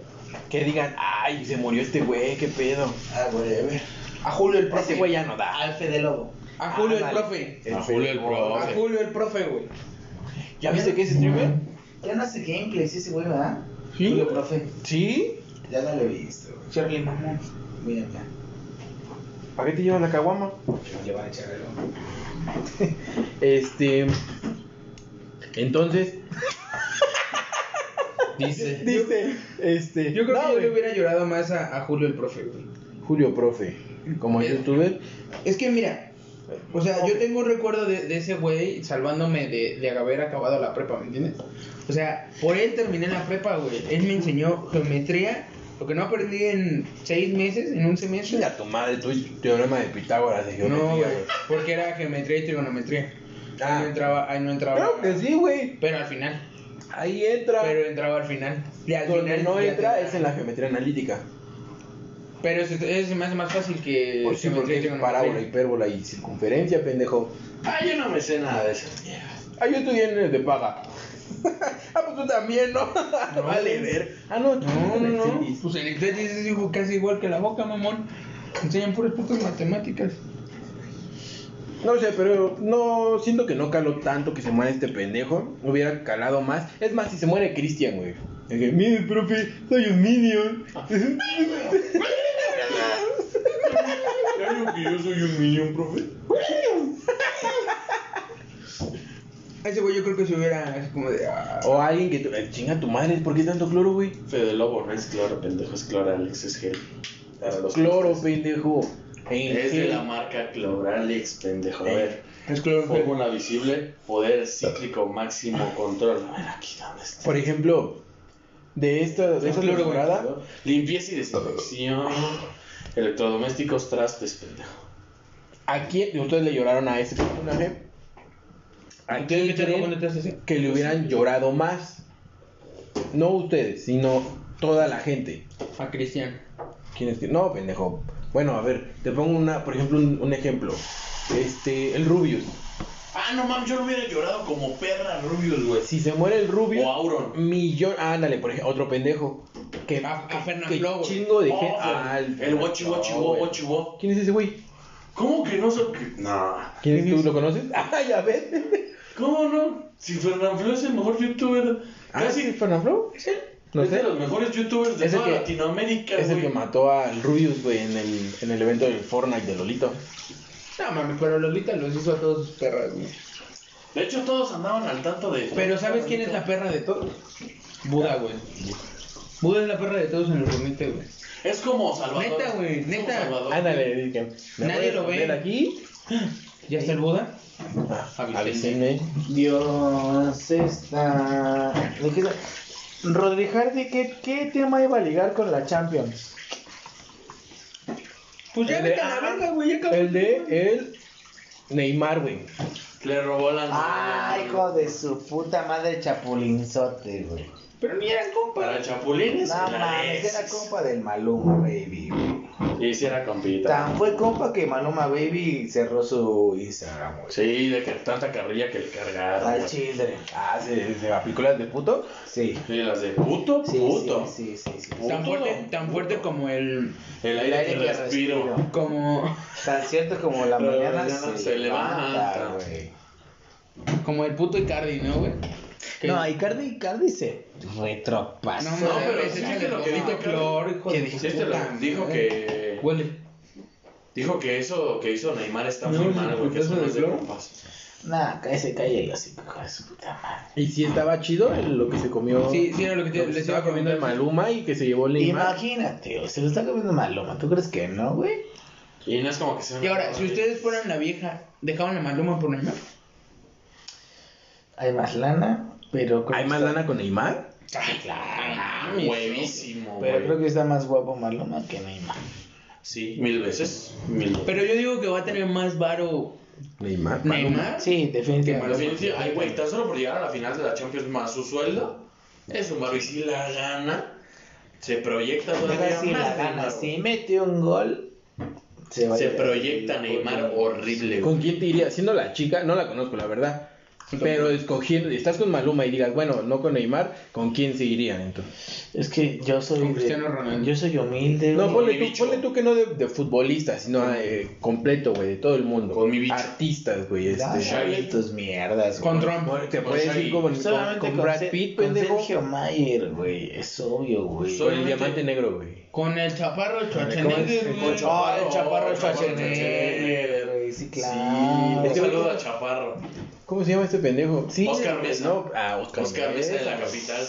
Speaker 3: que digan, ay, se murió este güey, qué pedo.
Speaker 4: Ah, güey, a ver.
Speaker 3: A Julio el profe, güey, ya no da.
Speaker 4: Al Fede Lobo. A
Speaker 3: Ah,
Speaker 4: Julio el profe.
Speaker 1: A Julio el
Speaker 4: A
Speaker 1: profe.
Speaker 4: Julio el profe, güey.
Speaker 3: ¿Ya viste que es streamer?
Speaker 5: Ya no hace gameplays ese güey, ¿verdad?
Speaker 3: Sí.
Speaker 5: Julio, profe.
Speaker 3: Sí.
Speaker 5: Ya no lo he visto, güey.
Speaker 4: Charlie Mamón.
Speaker 5: Mira acá.
Speaker 3: ¿Para qué te llevan la caguama?
Speaker 5: Ya van a echar algo.
Speaker 3: Este. Entonces,
Speaker 1: Dice.
Speaker 3: dice, este.
Speaker 4: Yo
Speaker 3: no,
Speaker 4: creo que yo
Speaker 3: güey.
Speaker 4: le hubiera llorado más a, a Julio el profe, güey.
Speaker 3: Julio Profe, como youtuber.
Speaker 4: Es que mira, o sea, yo tengo un recuerdo de, de ese güey salvándome de, de haber acabado la prepa, ¿me entiendes? O sea, por él terminé la prepa, güey. Él me enseñó geometría, lo que no aprendí en seis meses, en un semestre.
Speaker 3: Chinga tu madre, tu teorema de Pitágoras de geometría,
Speaker 4: No, güey,
Speaker 3: güey.
Speaker 4: porque era geometría y trigonometría.
Speaker 3: Ah.
Speaker 4: Ahí no entraba, ahí no entraba.
Speaker 3: Claro que sí, güey.
Speaker 4: Pero al final,
Speaker 3: Ahí entra.
Speaker 4: pero entraba al final. Y al
Speaker 3: Donde
Speaker 4: final
Speaker 3: no
Speaker 4: ya
Speaker 3: entra
Speaker 4: te-
Speaker 3: es en la geometría analítica.
Speaker 4: Pero eso, eso se me hace más fácil que
Speaker 3: Pues sí,
Speaker 4: Eh, geometría y
Speaker 3: porque es
Speaker 4: trigonometría.
Speaker 3: parábola, hipérbola y circunferencia, pendejo.
Speaker 1: Ah, yo no me sé nada de esas mierdas.
Speaker 3: Ah, yo estudié en el de paga. <laughs> ah, pues tú también, ¿no? vale, ver. Ah, no, tú
Speaker 4: No,
Speaker 3: en el
Speaker 4: no, no.
Speaker 3: CETIS.
Speaker 4: Pues el Ectetis es hijo casi igual que la boca, mamón. Enseñan puras putas matemáticas.
Speaker 3: No sé, pero no siento que no caló tanto que se muera este pendejo. Hubiera calado más. Es más, si se muere Cristian, güey. Es que, mire, profe, soy
Speaker 1: <laughs>
Speaker 3: un minion.
Speaker 1: que yo soy un minion, profe?
Speaker 4: Ese güey yo creo que se hubiera así como de. ah.
Speaker 3: O alguien que te- eh, chinga tu madre, ¿por qué tanto cloro, güey?
Speaker 1: Fede Lobo no es cloro, pendejo, es cloralex, es gel. Para Ah, los
Speaker 3: Cloro, pendejo. En
Speaker 1: Es de
Speaker 3: gel.
Speaker 1: la marca cloralex, pendejo. A
Speaker 3: Eh.
Speaker 1: ver.
Speaker 4: Es claro que.
Speaker 1: Fórmula visible, poder cíclico máximo control. A ver, aquí dónde está.
Speaker 3: Por ejemplo, de esta, de
Speaker 4: Es
Speaker 3: esta
Speaker 4: cloro, güey.
Speaker 3: temporada,
Speaker 1: Limpieza y desinfección. Electrodomésticos, trastes, pendejo.
Speaker 3: ¿a quién? Ustedes le lloraron a este personaje. ¿A
Speaker 4: ¿Ustedes
Speaker 3: quién
Speaker 4: viste
Speaker 3: creen
Speaker 4: cuando te haces así?
Speaker 3: que le hubieran llorado más? No ustedes, sino toda la gente.
Speaker 4: A Cristian.
Speaker 3: ¿Quién es que? No, pendejo. Bueno, a ver, te pongo una, por ejemplo, un, un ejemplo. Este, el Rubius.
Speaker 1: Ah, no mames, yo lo hubiera llorado como perra Rubius, güey.
Speaker 3: Si se muere el Rubius,
Speaker 1: O Auron.
Speaker 3: millón. ah, Ándale, por ejemplo, otro pendejo. Que,
Speaker 4: A- a
Speaker 3: que-
Speaker 4: Fernán
Speaker 3: que
Speaker 4: Flo, güey.
Speaker 3: chingo de
Speaker 1: Oh,
Speaker 3: gente.
Speaker 1: güey.
Speaker 3: Ah,
Speaker 1: el
Speaker 3: Fernán
Speaker 1: guachi
Speaker 3: Flo,
Speaker 1: guachi
Speaker 3: güey.
Speaker 1: guachi guo.
Speaker 3: ¿Quién es ese güey?
Speaker 1: ¿Cómo que no son.? que- No.
Speaker 3: ¿Quién es tú? ¿Lo conoces? <laughs> Ah, ya ves.
Speaker 1: ¿Cómo no? Si Fernanfloo es el mejor youtuber.
Speaker 3: Ah, sí,
Speaker 1: Casi.
Speaker 3: Fernán Flo. No
Speaker 1: es
Speaker 3: sé.
Speaker 1: de los mejores youtubers de
Speaker 3: Es el
Speaker 1: toda
Speaker 3: que-
Speaker 1: Latinoamérica,
Speaker 3: Es el que
Speaker 1: güey.
Speaker 3: mató al Rubius, güey, en el, en el evento del Fortnite de Lolito.
Speaker 4: No mames, pero Lolita los hizo a todos sus perras, güey.
Speaker 1: De hecho, todos andaban al tanto de.
Speaker 4: Pero ¿sabes quién es la perra de todos? Buda, güey. Buda es la perra de todos en el comité, güey.
Speaker 1: Es como Salvador.
Speaker 4: Neta, güey,
Speaker 1: Es como
Speaker 4: neta.
Speaker 1: Salvador.
Speaker 3: Ándale, dije. ¿me
Speaker 4: Nadie
Speaker 3: puedes
Speaker 4: lo ve.
Speaker 3: poner aquí?
Speaker 4: <gasps> ¿Ya está el Buda?
Speaker 3: Avísenme.
Speaker 2: Dios está. ¿De qué está? Rodri Hardy, ¿qué, ¿qué tema iba a ligar con la Champions?
Speaker 4: Pues ya
Speaker 3: El de-
Speaker 4: vete a la verga, güey, ya acabó.
Speaker 3: El de eh, el Neymar, güey.
Speaker 1: Le robó la.
Speaker 2: Ay, hijo de su puta madre chapulinzote, güey.
Speaker 4: Pero ni eran compas.
Speaker 1: Para Chapulines.
Speaker 2: No
Speaker 1: la
Speaker 2: mames,
Speaker 1: es.
Speaker 2: era compa del Maluma, baby. güey.
Speaker 1: Y sí era compita.
Speaker 2: Tan fue compa que Maluma, baby, cerró su Instagram, güey.
Speaker 1: Sí, de que tanta carrilla que le cargaron.
Speaker 2: Al
Speaker 1: güey.
Speaker 2: children.
Speaker 3: Ah, se, se aplicó las de puto.
Speaker 2: Sí.
Speaker 1: Sí, las de puto,
Speaker 2: Sí,
Speaker 1: puto.
Speaker 2: Sí, sí, sí. sí.
Speaker 1: Puto,
Speaker 4: Tan fuerte, tan fuerte como el.
Speaker 1: El aire, que, respiro.
Speaker 4: Como,
Speaker 2: Tan cierto como la
Speaker 1: La
Speaker 2: mañana
Speaker 1: mañana se levanta,
Speaker 2: güey.
Speaker 4: como el puto Icardi, ¿no, güey? Que- "Ah,
Speaker 2: No, Icardi, Icardi se retropasó.
Speaker 4: No,
Speaker 1: No,
Speaker 4: mames,
Speaker 1: pero
Speaker 4: ese
Speaker 1: ¿sí
Speaker 4: es
Speaker 1: que
Speaker 4: el
Speaker 1: lo que dijo
Speaker 4: poquito
Speaker 1: Icardi?
Speaker 4: clor, hijo
Speaker 1: ¿Qué
Speaker 4: de
Speaker 1: dijiste?
Speaker 4: puta
Speaker 1: este Lo-
Speaker 4: madre.
Speaker 1: dijo que-
Speaker 4: Huele.
Speaker 1: Dijo que eso que hizo Neymar está
Speaker 4: No,
Speaker 1: muy
Speaker 4: sí,
Speaker 1: mal, güey. Que
Speaker 4: ¿eso
Speaker 1: eso no
Speaker 4: de
Speaker 1: es de
Speaker 4: Flor?
Speaker 1: compas.
Speaker 2: Nah, ca- ese calle el hocico, hijo de su puta madre.
Speaker 3: Y sí estaba chido el- lo que se comió.
Speaker 4: Sí, sí, era lo que te-
Speaker 3: se
Speaker 4: les iba
Speaker 3: estaba
Speaker 4: a
Speaker 3: comiendo el
Speaker 4: comentar.
Speaker 3: Maluma y que se llevó el Neymar.
Speaker 2: Imagínate, o se lo está comiendo Maluma. ¿Tú crees que no, güey?
Speaker 1: Y no es como que sea.
Speaker 4: Y ahora, si ustedes fueran la vieja, ¿dejaban la maluma por Neymar?
Speaker 2: Hay más lana, pero creo
Speaker 3: ¿Hay
Speaker 2: que
Speaker 3: más
Speaker 2: está-
Speaker 3: lana con Neymar?
Speaker 4: Ay, claro.
Speaker 1: Ah, Huevísimo,
Speaker 2: Pero
Speaker 1: güey.
Speaker 2: creo que está más guapo Maluma que Neymar.
Speaker 1: Sí, mil veces. Mil veces.
Speaker 4: Pero yo digo que va a tener más varo
Speaker 3: Neymar.
Speaker 4: Neymar.
Speaker 2: Sí,
Speaker 1: Al
Speaker 2: definitivamente.
Speaker 1: fin, sí, ay, güey, tan solo por llegar a la final de la Champions más su sueldo. Es un barrio. Y si la gana, se proyecta todavía
Speaker 2: Ahora sí,
Speaker 1: más.
Speaker 2: la gana.
Speaker 1: Neymar,
Speaker 2: Si mete un gol, se va a
Speaker 1: Se
Speaker 2: llevar
Speaker 1: proyecta
Speaker 2: el-
Speaker 1: Neymar horrible, güey.
Speaker 3: ¿Con quién te irías? Siendo la chica, no la conozco, la verdad. Pero escogiendo, estás con Maluma y digas, bueno, no con Neymar, ¿con quién se irían entonces?
Speaker 2: Es que yo soy.
Speaker 4: Con Cristiano Ronaldo.
Speaker 2: Yo soy humilde,
Speaker 3: No,
Speaker 2: güey.
Speaker 1: Con
Speaker 3: ponle
Speaker 1: mi
Speaker 3: tú,
Speaker 1: bicho.
Speaker 3: ponle tú que no de, de futbolista, sino eh, completo, güey, de todo el mundo.
Speaker 1: Con mi bicho.
Speaker 3: Artistas, güey. Este.
Speaker 2: Dame
Speaker 1: Shaggy.
Speaker 2: tus mierdas, güey.
Speaker 4: Con Trump.
Speaker 3: Te
Speaker 1: Con
Speaker 3: puedes
Speaker 1: Shaggy.
Speaker 3: ir como con,
Speaker 2: Solamente
Speaker 3: con
Speaker 2: con,
Speaker 3: Brad
Speaker 2: Se-
Speaker 3: Pitt,
Speaker 2: con
Speaker 3: pendejo.
Speaker 2: Sergio Mayer, güey. Es obvio, güey.
Speaker 1: Soy-
Speaker 3: Con el diamante negro, güey.
Speaker 4: Con el chaparro
Speaker 1: es?
Speaker 4: Schwarzenegger,
Speaker 1: Con
Speaker 4: güey.
Speaker 1: Chaparro.
Speaker 2: Ah, el chaparro
Speaker 1: Chaparro
Speaker 2: Schwarzenegger,
Speaker 1: Schwarzenegger.
Speaker 2: güey. Sí,
Speaker 1: Sí,
Speaker 2: claro.
Speaker 1: un
Speaker 3: Este güey-
Speaker 1: saludo a Chaparro.
Speaker 3: ¿Cómo se llama este pendejo? Sí,
Speaker 1: Oscar
Speaker 3: güey,
Speaker 1: Mesa.
Speaker 3: No, ah, Oscar,
Speaker 1: Oscar Mesa de la capital.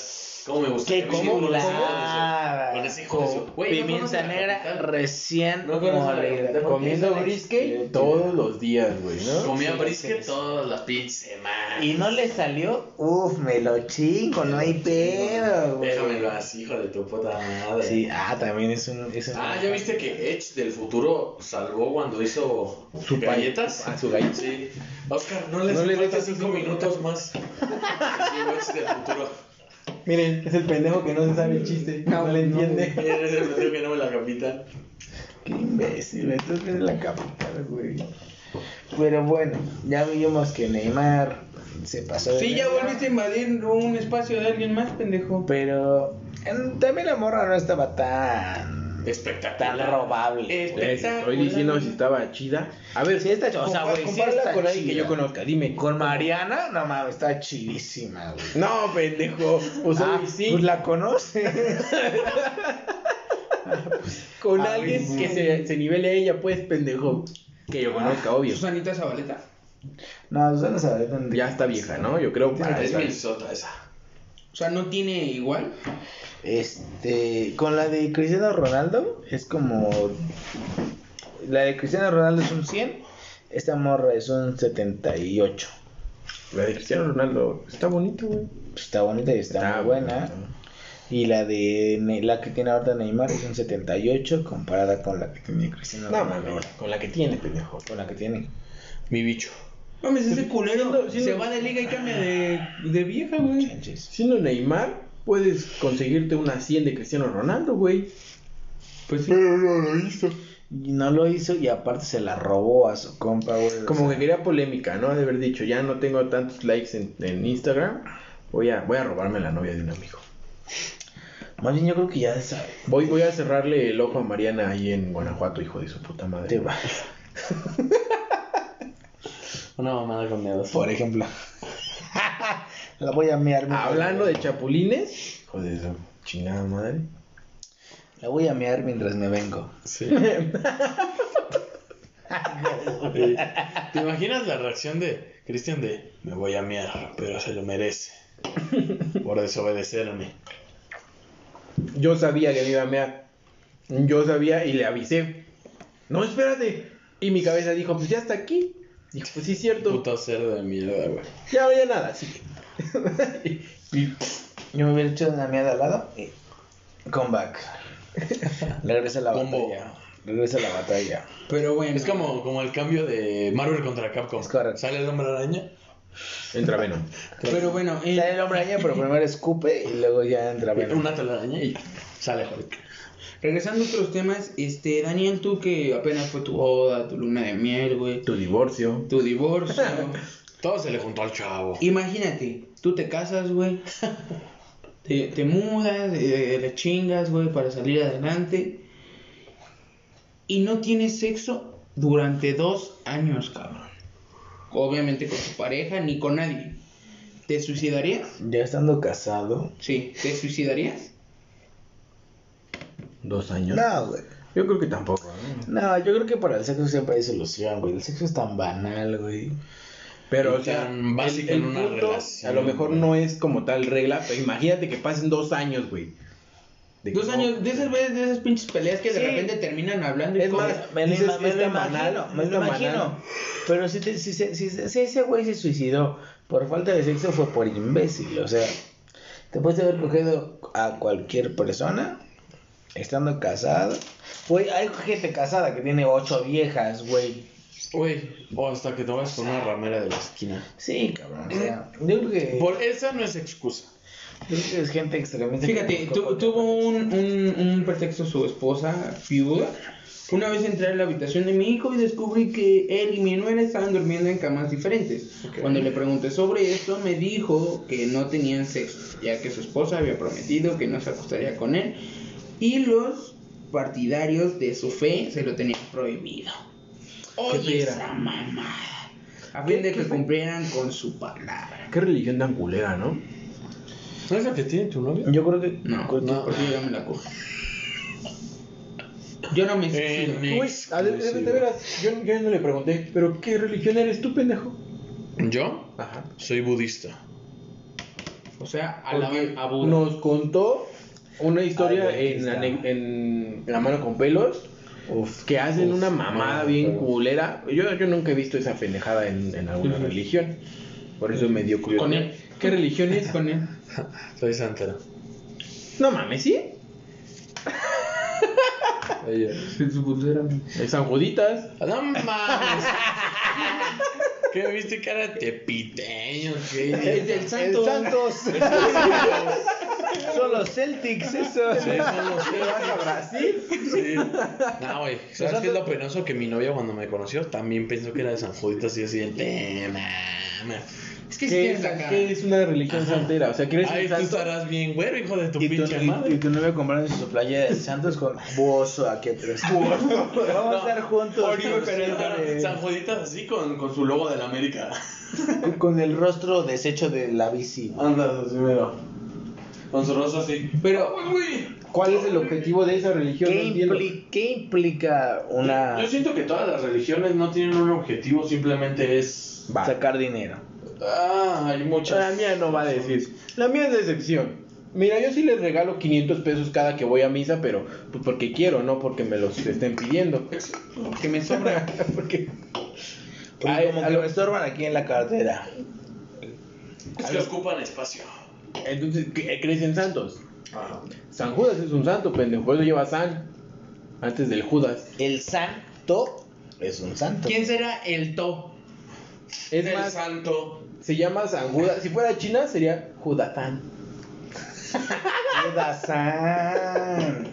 Speaker 1: ¿Cómo me gusta?
Speaker 2: Qué Ah,
Speaker 1: chulada. Con ese hijo de su-
Speaker 2: con
Speaker 1: Güey, ¿no conoce
Speaker 2: Pimienta
Speaker 1: la
Speaker 2: negra
Speaker 1: capital?
Speaker 2: recién
Speaker 1: No conoce la
Speaker 2: molida.
Speaker 1: capital.
Speaker 3: Comiendo
Speaker 2: eh.
Speaker 3: brisket todos los días, güey, ¿no?
Speaker 1: Comía
Speaker 2: Sí,
Speaker 1: brisket
Speaker 2: sí.
Speaker 1: todas las pinches semanas.
Speaker 2: Y no le salió, uff, me lo chingo, no hay pedo, güey.
Speaker 1: Déjamelo así, hijo de tu puta madre.
Speaker 2: Sí, ah, también es un. Es un-
Speaker 1: Ah, ¿ya viste que Edge del futuro salvó cuando hizo
Speaker 3: Su
Speaker 1: sus
Speaker 3: pa-
Speaker 1: galletas?
Speaker 3: ah, su galleta.
Speaker 1: Sí. Oscar, no les
Speaker 3: No le
Speaker 1: falta
Speaker 3: dejes
Speaker 1: cinco
Speaker 3: cinco
Speaker 1: minutos más. Sí, Edge del futuro. <laughs>
Speaker 3: Miren, es el pendejo que no se sabe el chiste, no, le entiende.
Speaker 1: Eres el pendejo que no me la capital.
Speaker 2: Qué imbécil, esto es la capital, güey. Pero bueno, ya vimos que Neymar se pasó de
Speaker 4: Sí, ya
Speaker 2: verga,
Speaker 4: volviste a invadir un espacio de alguien más, pendejo.
Speaker 2: Pero eh, también la morra no estaba tan.
Speaker 1: Espectacular.
Speaker 2: tan robable. güey.
Speaker 3: Les eh, estoy diciendo si estaba chida. A ver,
Speaker 2: Sí está chida, o sea,
Speaker 3: compa-
Speaker 2: güey, sí
Speaker 3: compárala
Speaker 2: está
Speaker 3: con alguien
Speaker 2: chida.
Speaker 3: que yo conozca, dime.
Speaker 2: Eh, Con Mariana, no mames, está chidísima, güey.
Speaker 3: No, pendejo. O sea,
Speaker 2: Ah,
Speaker 3: sí,
Speaker 2: Pues la conoce. <laughs>
Speaker 3: con
Speaker 2: ah,
Speaker 3: alguien
Speaker 2: sí.
Speaker 3: que se, se nivele a ella, pues, pendejo. Que yo conozca,
Speaker 2: Ah,
Speaker 3: obvio.
Speaker 4: Susanita Zabaleta.
Speaker 2: no, pues, usted no sabe dónde.
Speaker 3: Ya está vieja, ¿no? Yo creo.
Speaker 1: Ah,
Speaker 3: para
Speaker 1: es
Speaker 3: esa-
Speaker 1: Minnesota esa.
Speaker 4: O sea, no tiene igual.
Speaker 2: Este, con la de Cristiano Ronaldo es como la de Cristiano Ronaldo es un 100, esta morra es un 78.
Speaker 3: La de Cristiano Ronaldo está bonito, güey.
Speaker 2: pues,
Speaker 3: Ah,
Speaker 2: Está bonita y está, muy buena. Y la de Ne- la que tiene ahorita Neymar es un 78 comparada con la que tenía Cristiano
Speaker 3: No,
Speaker 2: Ronaldo.
Speaker 3: mami, con la que tiene, pendejo.
Speaker 2: Con la que tiene.
Speaker 3: Mi bicho.
Speaker 4: Mames, ese culero
Speaker 3: sí,
Speaker 4: se
Speaker 3: no.
Speaker 4: va de liga y cambia de, de vieja, güey.
Speaker 2: Sánchez.
Speaker 3: Siendo Neymar, puedes conseguirte una 100 de Cristiano Ronaldo, güey. Pues sí.
Speaker 2: Y no lo hizo y aparte se la robó a su compa, güey. o
Speaker 3: Como
Speaker 2: sea,
Speaker 3: que quería polémica, ¿no? De haber dicho, ya no tengo tantos likes en, en Instagram. Voy a, voy a robarme la novia de un amigo.
Speaker 2: Más bien yo creo que ya sabe.
Speaker 3: Voy, voy a cerrarle el ojo a Mariana ahí en Guanajuato, hijo de su puta madre.
Speaker 2: Te va.
Speaker 1: Una mamada con <laughs> miedo.
Speaker 2: Por ejemplo. <laughs> la voy a mear. mientras-
Speaker 3: Hablando de chapulines, hijo de su chingada madre.
Speaker 2: La voy a mear mientras me vengo.
Speaker 1: Sí. ¿Te imaginas la reacción de Cristian de me voy a mear, pero se lo merece por desobedecerme?
Speaker 3: Yo sabía que me iba a mear. Yo sabía y le avisé. No, espérate. Y mi cabeza dijo, pues ya está aquí. Dijo, pues sí es cierto.
Speaker 1: Puto cerdo de mierda, güey.
Speaker 3: Ya no había nada,
Speaker 1: <laughs>
Speaker 3: así <laughs> que.
Speaker 2: Yo me hubiera hecho una mierda al lado y.
Speaker 3: <laughs>
Speaker 2: Come back. Regresa a la
Speaker 1: Combo.
Speaker 2: batalla. Regresa a la batalla.
Speaker 4: Pero bueno.
Speaker 1: Es como, como el cambio de Marvel contra Capcom.
Speaker 2: Es correcto.
Speaker 1: Sale el hombre araña.
Speaker 3: Entra Venom.
Speaker 4: Pero bueno, eh, en-
Speaker 2: Sale el hombre araña, pero primero escupe y luego ya entra Venom.
Speaker 1: Una telaraña y sale Hulk.
Speaker 4: regresando a otros temas, este, Daniel, tú que apenas fue tu boda, tu luna de miel, güey,
Speaker 3: Tu divorcio.
Speaker 4: tu divorcio.
Speaker 1: Todo se le juntó al chavo.
Speaker 4: Imagínate, tú te casas, güey. Te, te mudas, eh, le chingas, güey, para salir adelante. Y no tienes sexo durante dos años, cabrón. Obviamente con tu pareja ni con nadie. ¿Te suicidarías?
Speaker 2: Ya estando casado.
Speaker 4: Sí. ¿Te suicidarías?
Speaker 3: Dos años.
Speaker 2: No, güey.
Speaker 3: Yo creo que tampoco. ¿no?
Speaker 2: No, yo creo que para el sexo siempre hay solución, güey. El sexo es tan banal, güey.
Speaker 3: Pero,
Speaker 1: Y
Speaker 3: o sea,
Speaker 1: tan básico en una relación,
Speaker 3: a lo mejor
Speaker 1: güey.
Speaker 3: no es como tal regla, pero imagínate que pasen dos años, güey. De que
Speaker 4: Dos
Speaker 3: no-
Speaker 4: años, de esas veces, de esas pinches peleas que
Speaker 2: Sí.
Speaker 4: de repente terminan hablando y
Speaker 3: Es
Speaker 4: todo.
Speaker 3: más,
Speaker 2: Me lo,
Speaker 3: Dices,
Speaker 2: ima- me
Speaker 3: es
Speaker 2: lo
Speaker 3: tan
Speaker 2: imagino,
Speaker 3: banal,
Speaker 2: me
Speaker 3: es
Speaker 2: lo
Speaker 3: tan
Speaker 2: imagino.
Speaker 3: banal.
Speaker 2: Pero si, te- si, se- si, se- si ese güey se suicidó por falta de sexo fue por imbécil, o sea, te puedes haber cogido a cualquier persona estando casado. Güey, hay gente casada que tiene ocho viejas, güey.
Speaker 1: Güey, o hasta que te vayas con una ramera de la esquina.
Speaker 2: Sí, cabrón, o sea, yo creo que,
Speaker 1: Por esa no es excusa.
Speaker 2: yo creo que es gente extremadamente...
Speaker 4: Fíjate, tu- tuvo un, un, un pretexto su esposa, viuda. Una vez entré a la habitación de mi hijo y descubrí que él y mi nuera estaban durmiendo en camas diferentes. Cuando le pregunté sobre esto, me dijo que no tenían sexo, ya que su esposa había prometido que no se acostaría con él. Y los partidarios de su fe se lo tenían prohibido. Oye,
Speaker 3: pira.
Speaker 4: esa mamada. A fin de que cumplieran con su palabra.
Speaker 3: Qué religión tan culera, ¿no?
Speaker 1: ¿No es la que tiene tu novio?
Speaker 2: Yo creo que...
Speaker 4: No,
Speaker 2: creo que-
Speaker 1: no.
Speaker 4: porque yo ya me la cojo. Yo no me suicido.
Speaker 3: Güey, a ver, de, de veras, yo, yo no le pregunté, pero ¿qué religión eres tú, pendejo?
Speaker 1: Yo
Speaker 3: Ajá.
Speaker 1: soy budista.
Speaker 4: O sea,
Speaker 3: Porque
Speaker 4: alaban a Buda.
Speaker 3: Nos contó una historia
Speaker 2: Ay, güey,
Speaker 3: en,
Speaker 2: aquí
Speaker 3: la
Speaker 2: está.
Speaker 3: ne- en La Mano con Pelos
Speaker 2: Uf,
Speaker 3: que hacen
Speaker 1: Uf,
Speaker 3: una mamada
Speaker 1: no,
Speaker 3: bien
Speaker 1: pero-
Speaker 3: culera. Yo, yo nunca he visto esa pendejada en, en alguna
Speaker 4: Ujú.
Speaker 3: religión. Por eso me dio curiosidad.
Speaker 4: Con él.
Speaker 3: ¿Qué religión es?
Speaker 4: Con él.
Speaker 1: Soy santero.
Speaker 3: No mames, ¿sí?
Speaker 1: <laughs>
Speaker 4: Su pulsera.
Speaker 3: Es San Juditas.
Speaker 1: No mames. ¿Qué viste cara de tepiteño?
Speaker 4: Es
Speaker 1: ¿Qué?
Speaker 4: del santo.
Speaker 2: Santos. Son los Celtics, eso.
Speaker 1: Sí, son los-
Speaker 3: vas a Brasil?
Speaker 1: sí. No, güey. ¿Sabes qué es lo penoso? Que mi novia cuando me conoció también pensó que era de San Juditas y así de tema.
Speaker 4: Es que
Speaker 3: ¿Qué
Speaker 4: es
Speaker 3: es,
Speaker 4: cierta cara.
Speaker 3: qué es una religión santera? O sea, ¿crees
Speaker 1: Ay,
Speaker 3: en
Speaker 1: tú
Speaker 3: santo?
Speaker 1: estarás bien, güero, hijo de tu
Speaker 2: Y tu,
Speaker 1: pinche
Speaker 2: y-
Speaker 1: madre.
Speaker 2: y tu novio comprando su playa del Santos con Bozo aquí atrás. Vamos a estar juntos.
Speaker 1: Oribe
Speaker 2: por
Speaker 1: Pérez,
Speaker 2: siempre.
Speaker 1: claro, San Juditas así con, con su logo de la América.
Speaker 2: Con el rostro deshecho de la bici.
Speaker 1: Andas así, mero. Con su rostro así.
Speaker 4: Pero,
Speaker 3: ¿Cuál es el objetivo de esa religión? No
Speaker 2: ¿Qué,
Speaker 3: entiendo.
Speaker 2: impli- qué implica una
Speaker 1: Yo siento que todas las religiones no tienen un objetivo, simplemente es.
Speaker 3: Va.
Speaker 2: sacar dinero?
Speaker 1: Ah, hay
Speaker 3: La
Speaker 1: muchas.
Speaker 3: mía no va a decir. La mía es decepción. Mira, yo sí les regalo 500 pesos cada que voy a misa, pero pues porque quiero, no porque me los estén pidiendo.
Speaker 4: que me sobra.
Speaker 3: <laughs> porque
Speaker 2: Porque
Speaker 3: Ay,
Speaker 2: como
Speaker 3: a
Speaker 2: que
Speaker 3: lo-
Speaker 2: lo estorban aquí en la cartera.
Speaker 3: Ah.
Speaker 1: Es que ocupan espacio.
Speaker 3: entonces ¿qué- eh, crees en santos. San Judas es un santo, pendejo. Por eso lleva San antes del Judas.
Speaker 2: El santo es un santo.
Speaker 4: ¿Quién será el to?
Speaker 3: Es
Speaker 1: el
Speaker 3: más,
Speaker 1: santo.
Speaker 3: se llama San Judas. Si fuera China sería Judatán.
Speaker 5: Edasan.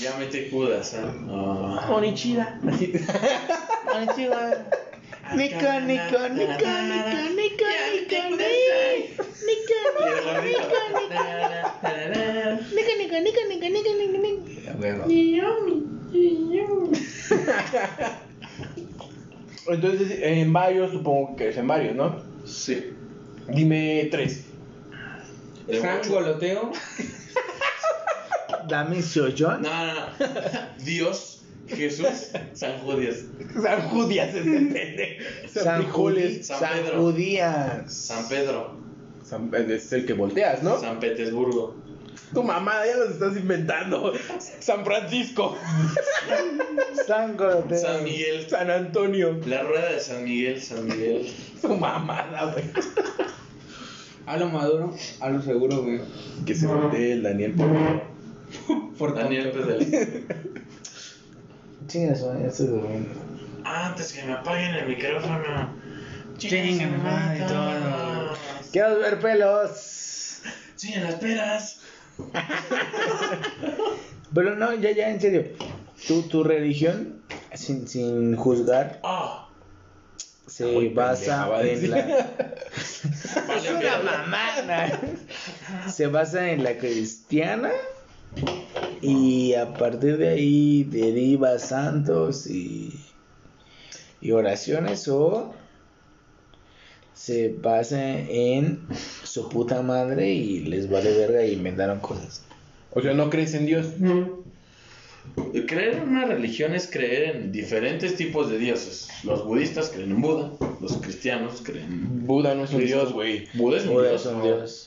Speaker 1: Ya me te cudas, ¿eh? Ah.
Speaker 3: Onichida. Así.
Speaker 4: <laughs>
Speaker 2: Nico, Nico, Nico, Nico, Nico, Nico, Nico.
Speaker 3: <laughs> Entonces, en varios, supongo que es en varios, ¿no?
Speaker 1: Sí.
Speaker 3: Dime tres.
Speaker 1: El
Speaker 4: Frank
Speaker 1: guacho.
Speaker 4: Goloteo.
Speaker 2: Dame soyón.
Speaker 1: No, no, no. <laughs> Dios, Jesús, San Judas.
Speaker 3: San Judias es el pendejo. San
Speaker 2: Juli-
Speaker 3: Frijoles.
Speaker 1: San
Speaker 2: San
Speaker 1: Pedro.
Speaker 2: Judías.
Speaker 1: San Pedro,
Speaker 3: San- es el que volteas, ¿no?
Speaker 1: San Petersburgo.
Speaker 3: Tu mamá, ya los estás inventando. <laughs> San Francisco. <laughs>
Speaker 2: San Goroteo.
Speaker 1: San Miguel.
Speaker 3: San Antonio.
Speaker 1: La rueda de San Miguel, San Miguel.
Speaker 3: Su mamada, güey.
Speaker 4: A lo maduro, a lo seguro, güey.
Speaker 3: Que se voltee el Daniel, por favor.
Speaker 4: Por
Speaker 1: Daniel
Speaker 3: <laughs>
Speaker 1: Pedal.
Speaker 2: Chinga su madre, ya estoy durmiendo.
Speaker 1: Ah, Antes que me apaguen el micrófono.
Speaker 4: Chinga mi madre, todo.
Speaker 2: Quiero ver pelos.
Speaker 1: Sí, en las peras.
Speaker 2: Pero no, ya, ya, en serio. Tu, tu religión, sin, sin juzgar,
Speaker 1: Oh,
Speaker 2: se
Speaker 3: pendeja,
Speaker 2: basa
Speaker 3: va a
Speaker 2: en
Speaker 3: decir.
Speaker 2: la.
Speaker 1: vale, verga.
Speaker 2: mamana. Se basa en la cristiana. Y a partir de ahí deriva santos y, y oraciones o se basa en su puta madre y les vale verga y inventaron cosas.
Speaker 3: O sea, no crees en Dios.
Speaker 1: Creer en una religión es creer en diferentes tipos de dioses. Los budistas creen en Buda, los cristianos creen.
Speaker 3: Buda no es un
Speaker 1: Cristo.
Speaker 3: Dios, güey.
Speaker 1: Buda es un
Speaker 2: Buda
Speaker 1: dios.
Speaker 2: es un
Speaker 1: ¿no?
Speaker 2: dios.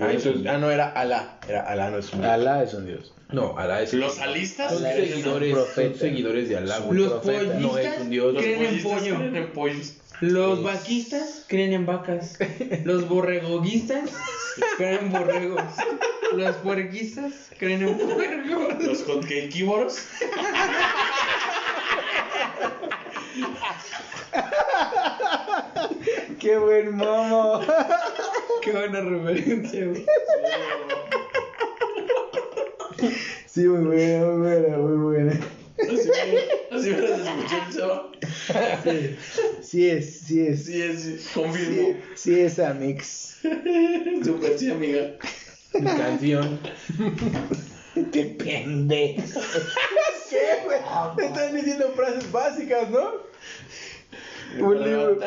Speaker 3: Ah, eso es- ah, no, era Alá. Era Alá, no es un Dios.
Speaker 2: Alá es un dios.
Speaker 3: No, Alá es
Speaker 1: Los alistas
Speaker 3: Son
Speaker 2: Alá es un
Speaker 3: seguidores, son
Speaker 2: profeta.
Speaker 3: seguidores de Alá, güey.
Speaker 4: Los
Speaker 2: profeta,
Speaker 4: pollistas
Speaker 3: no es un dios.
Speaker 1: Los
Speaker 4: creen en
Speaker 1: budistas
Speaker 4: pollo.
Speaker 1: creen en pollos.
Speaker 4: Los vaquistas creen en vacas. Los borregoguistas creen en borregos. Los puerquistas creen en puercos.
Speaker 1: Los hotcakeívoros.
Speaker 2: <laughs> ¡Qué buen momo! <laughs>
Speaker 4: Qué buena referencia, güey.
Speaker 2: Sí, muy buena, muy buena, muy buena.
Speaker 1: Así me- Así me las escuché el chavo.
Speaker 2: Sí es, sí es.
Speaker 1: Sí, es, sí,
Speaker 2: Sí,
Speaker 1: confirmo.
Speaker 2: sí es Amix.
Speaker 1: Super, sí, amiga.
Speaker 3: Mi <laughs> canción.
Speaker 2: ¡Qué <laughs> pendejo!
Speaker 3: ¿Qué, güey? Te están diciendo frases básicas, ¿no?
Speaker 2: Un libro,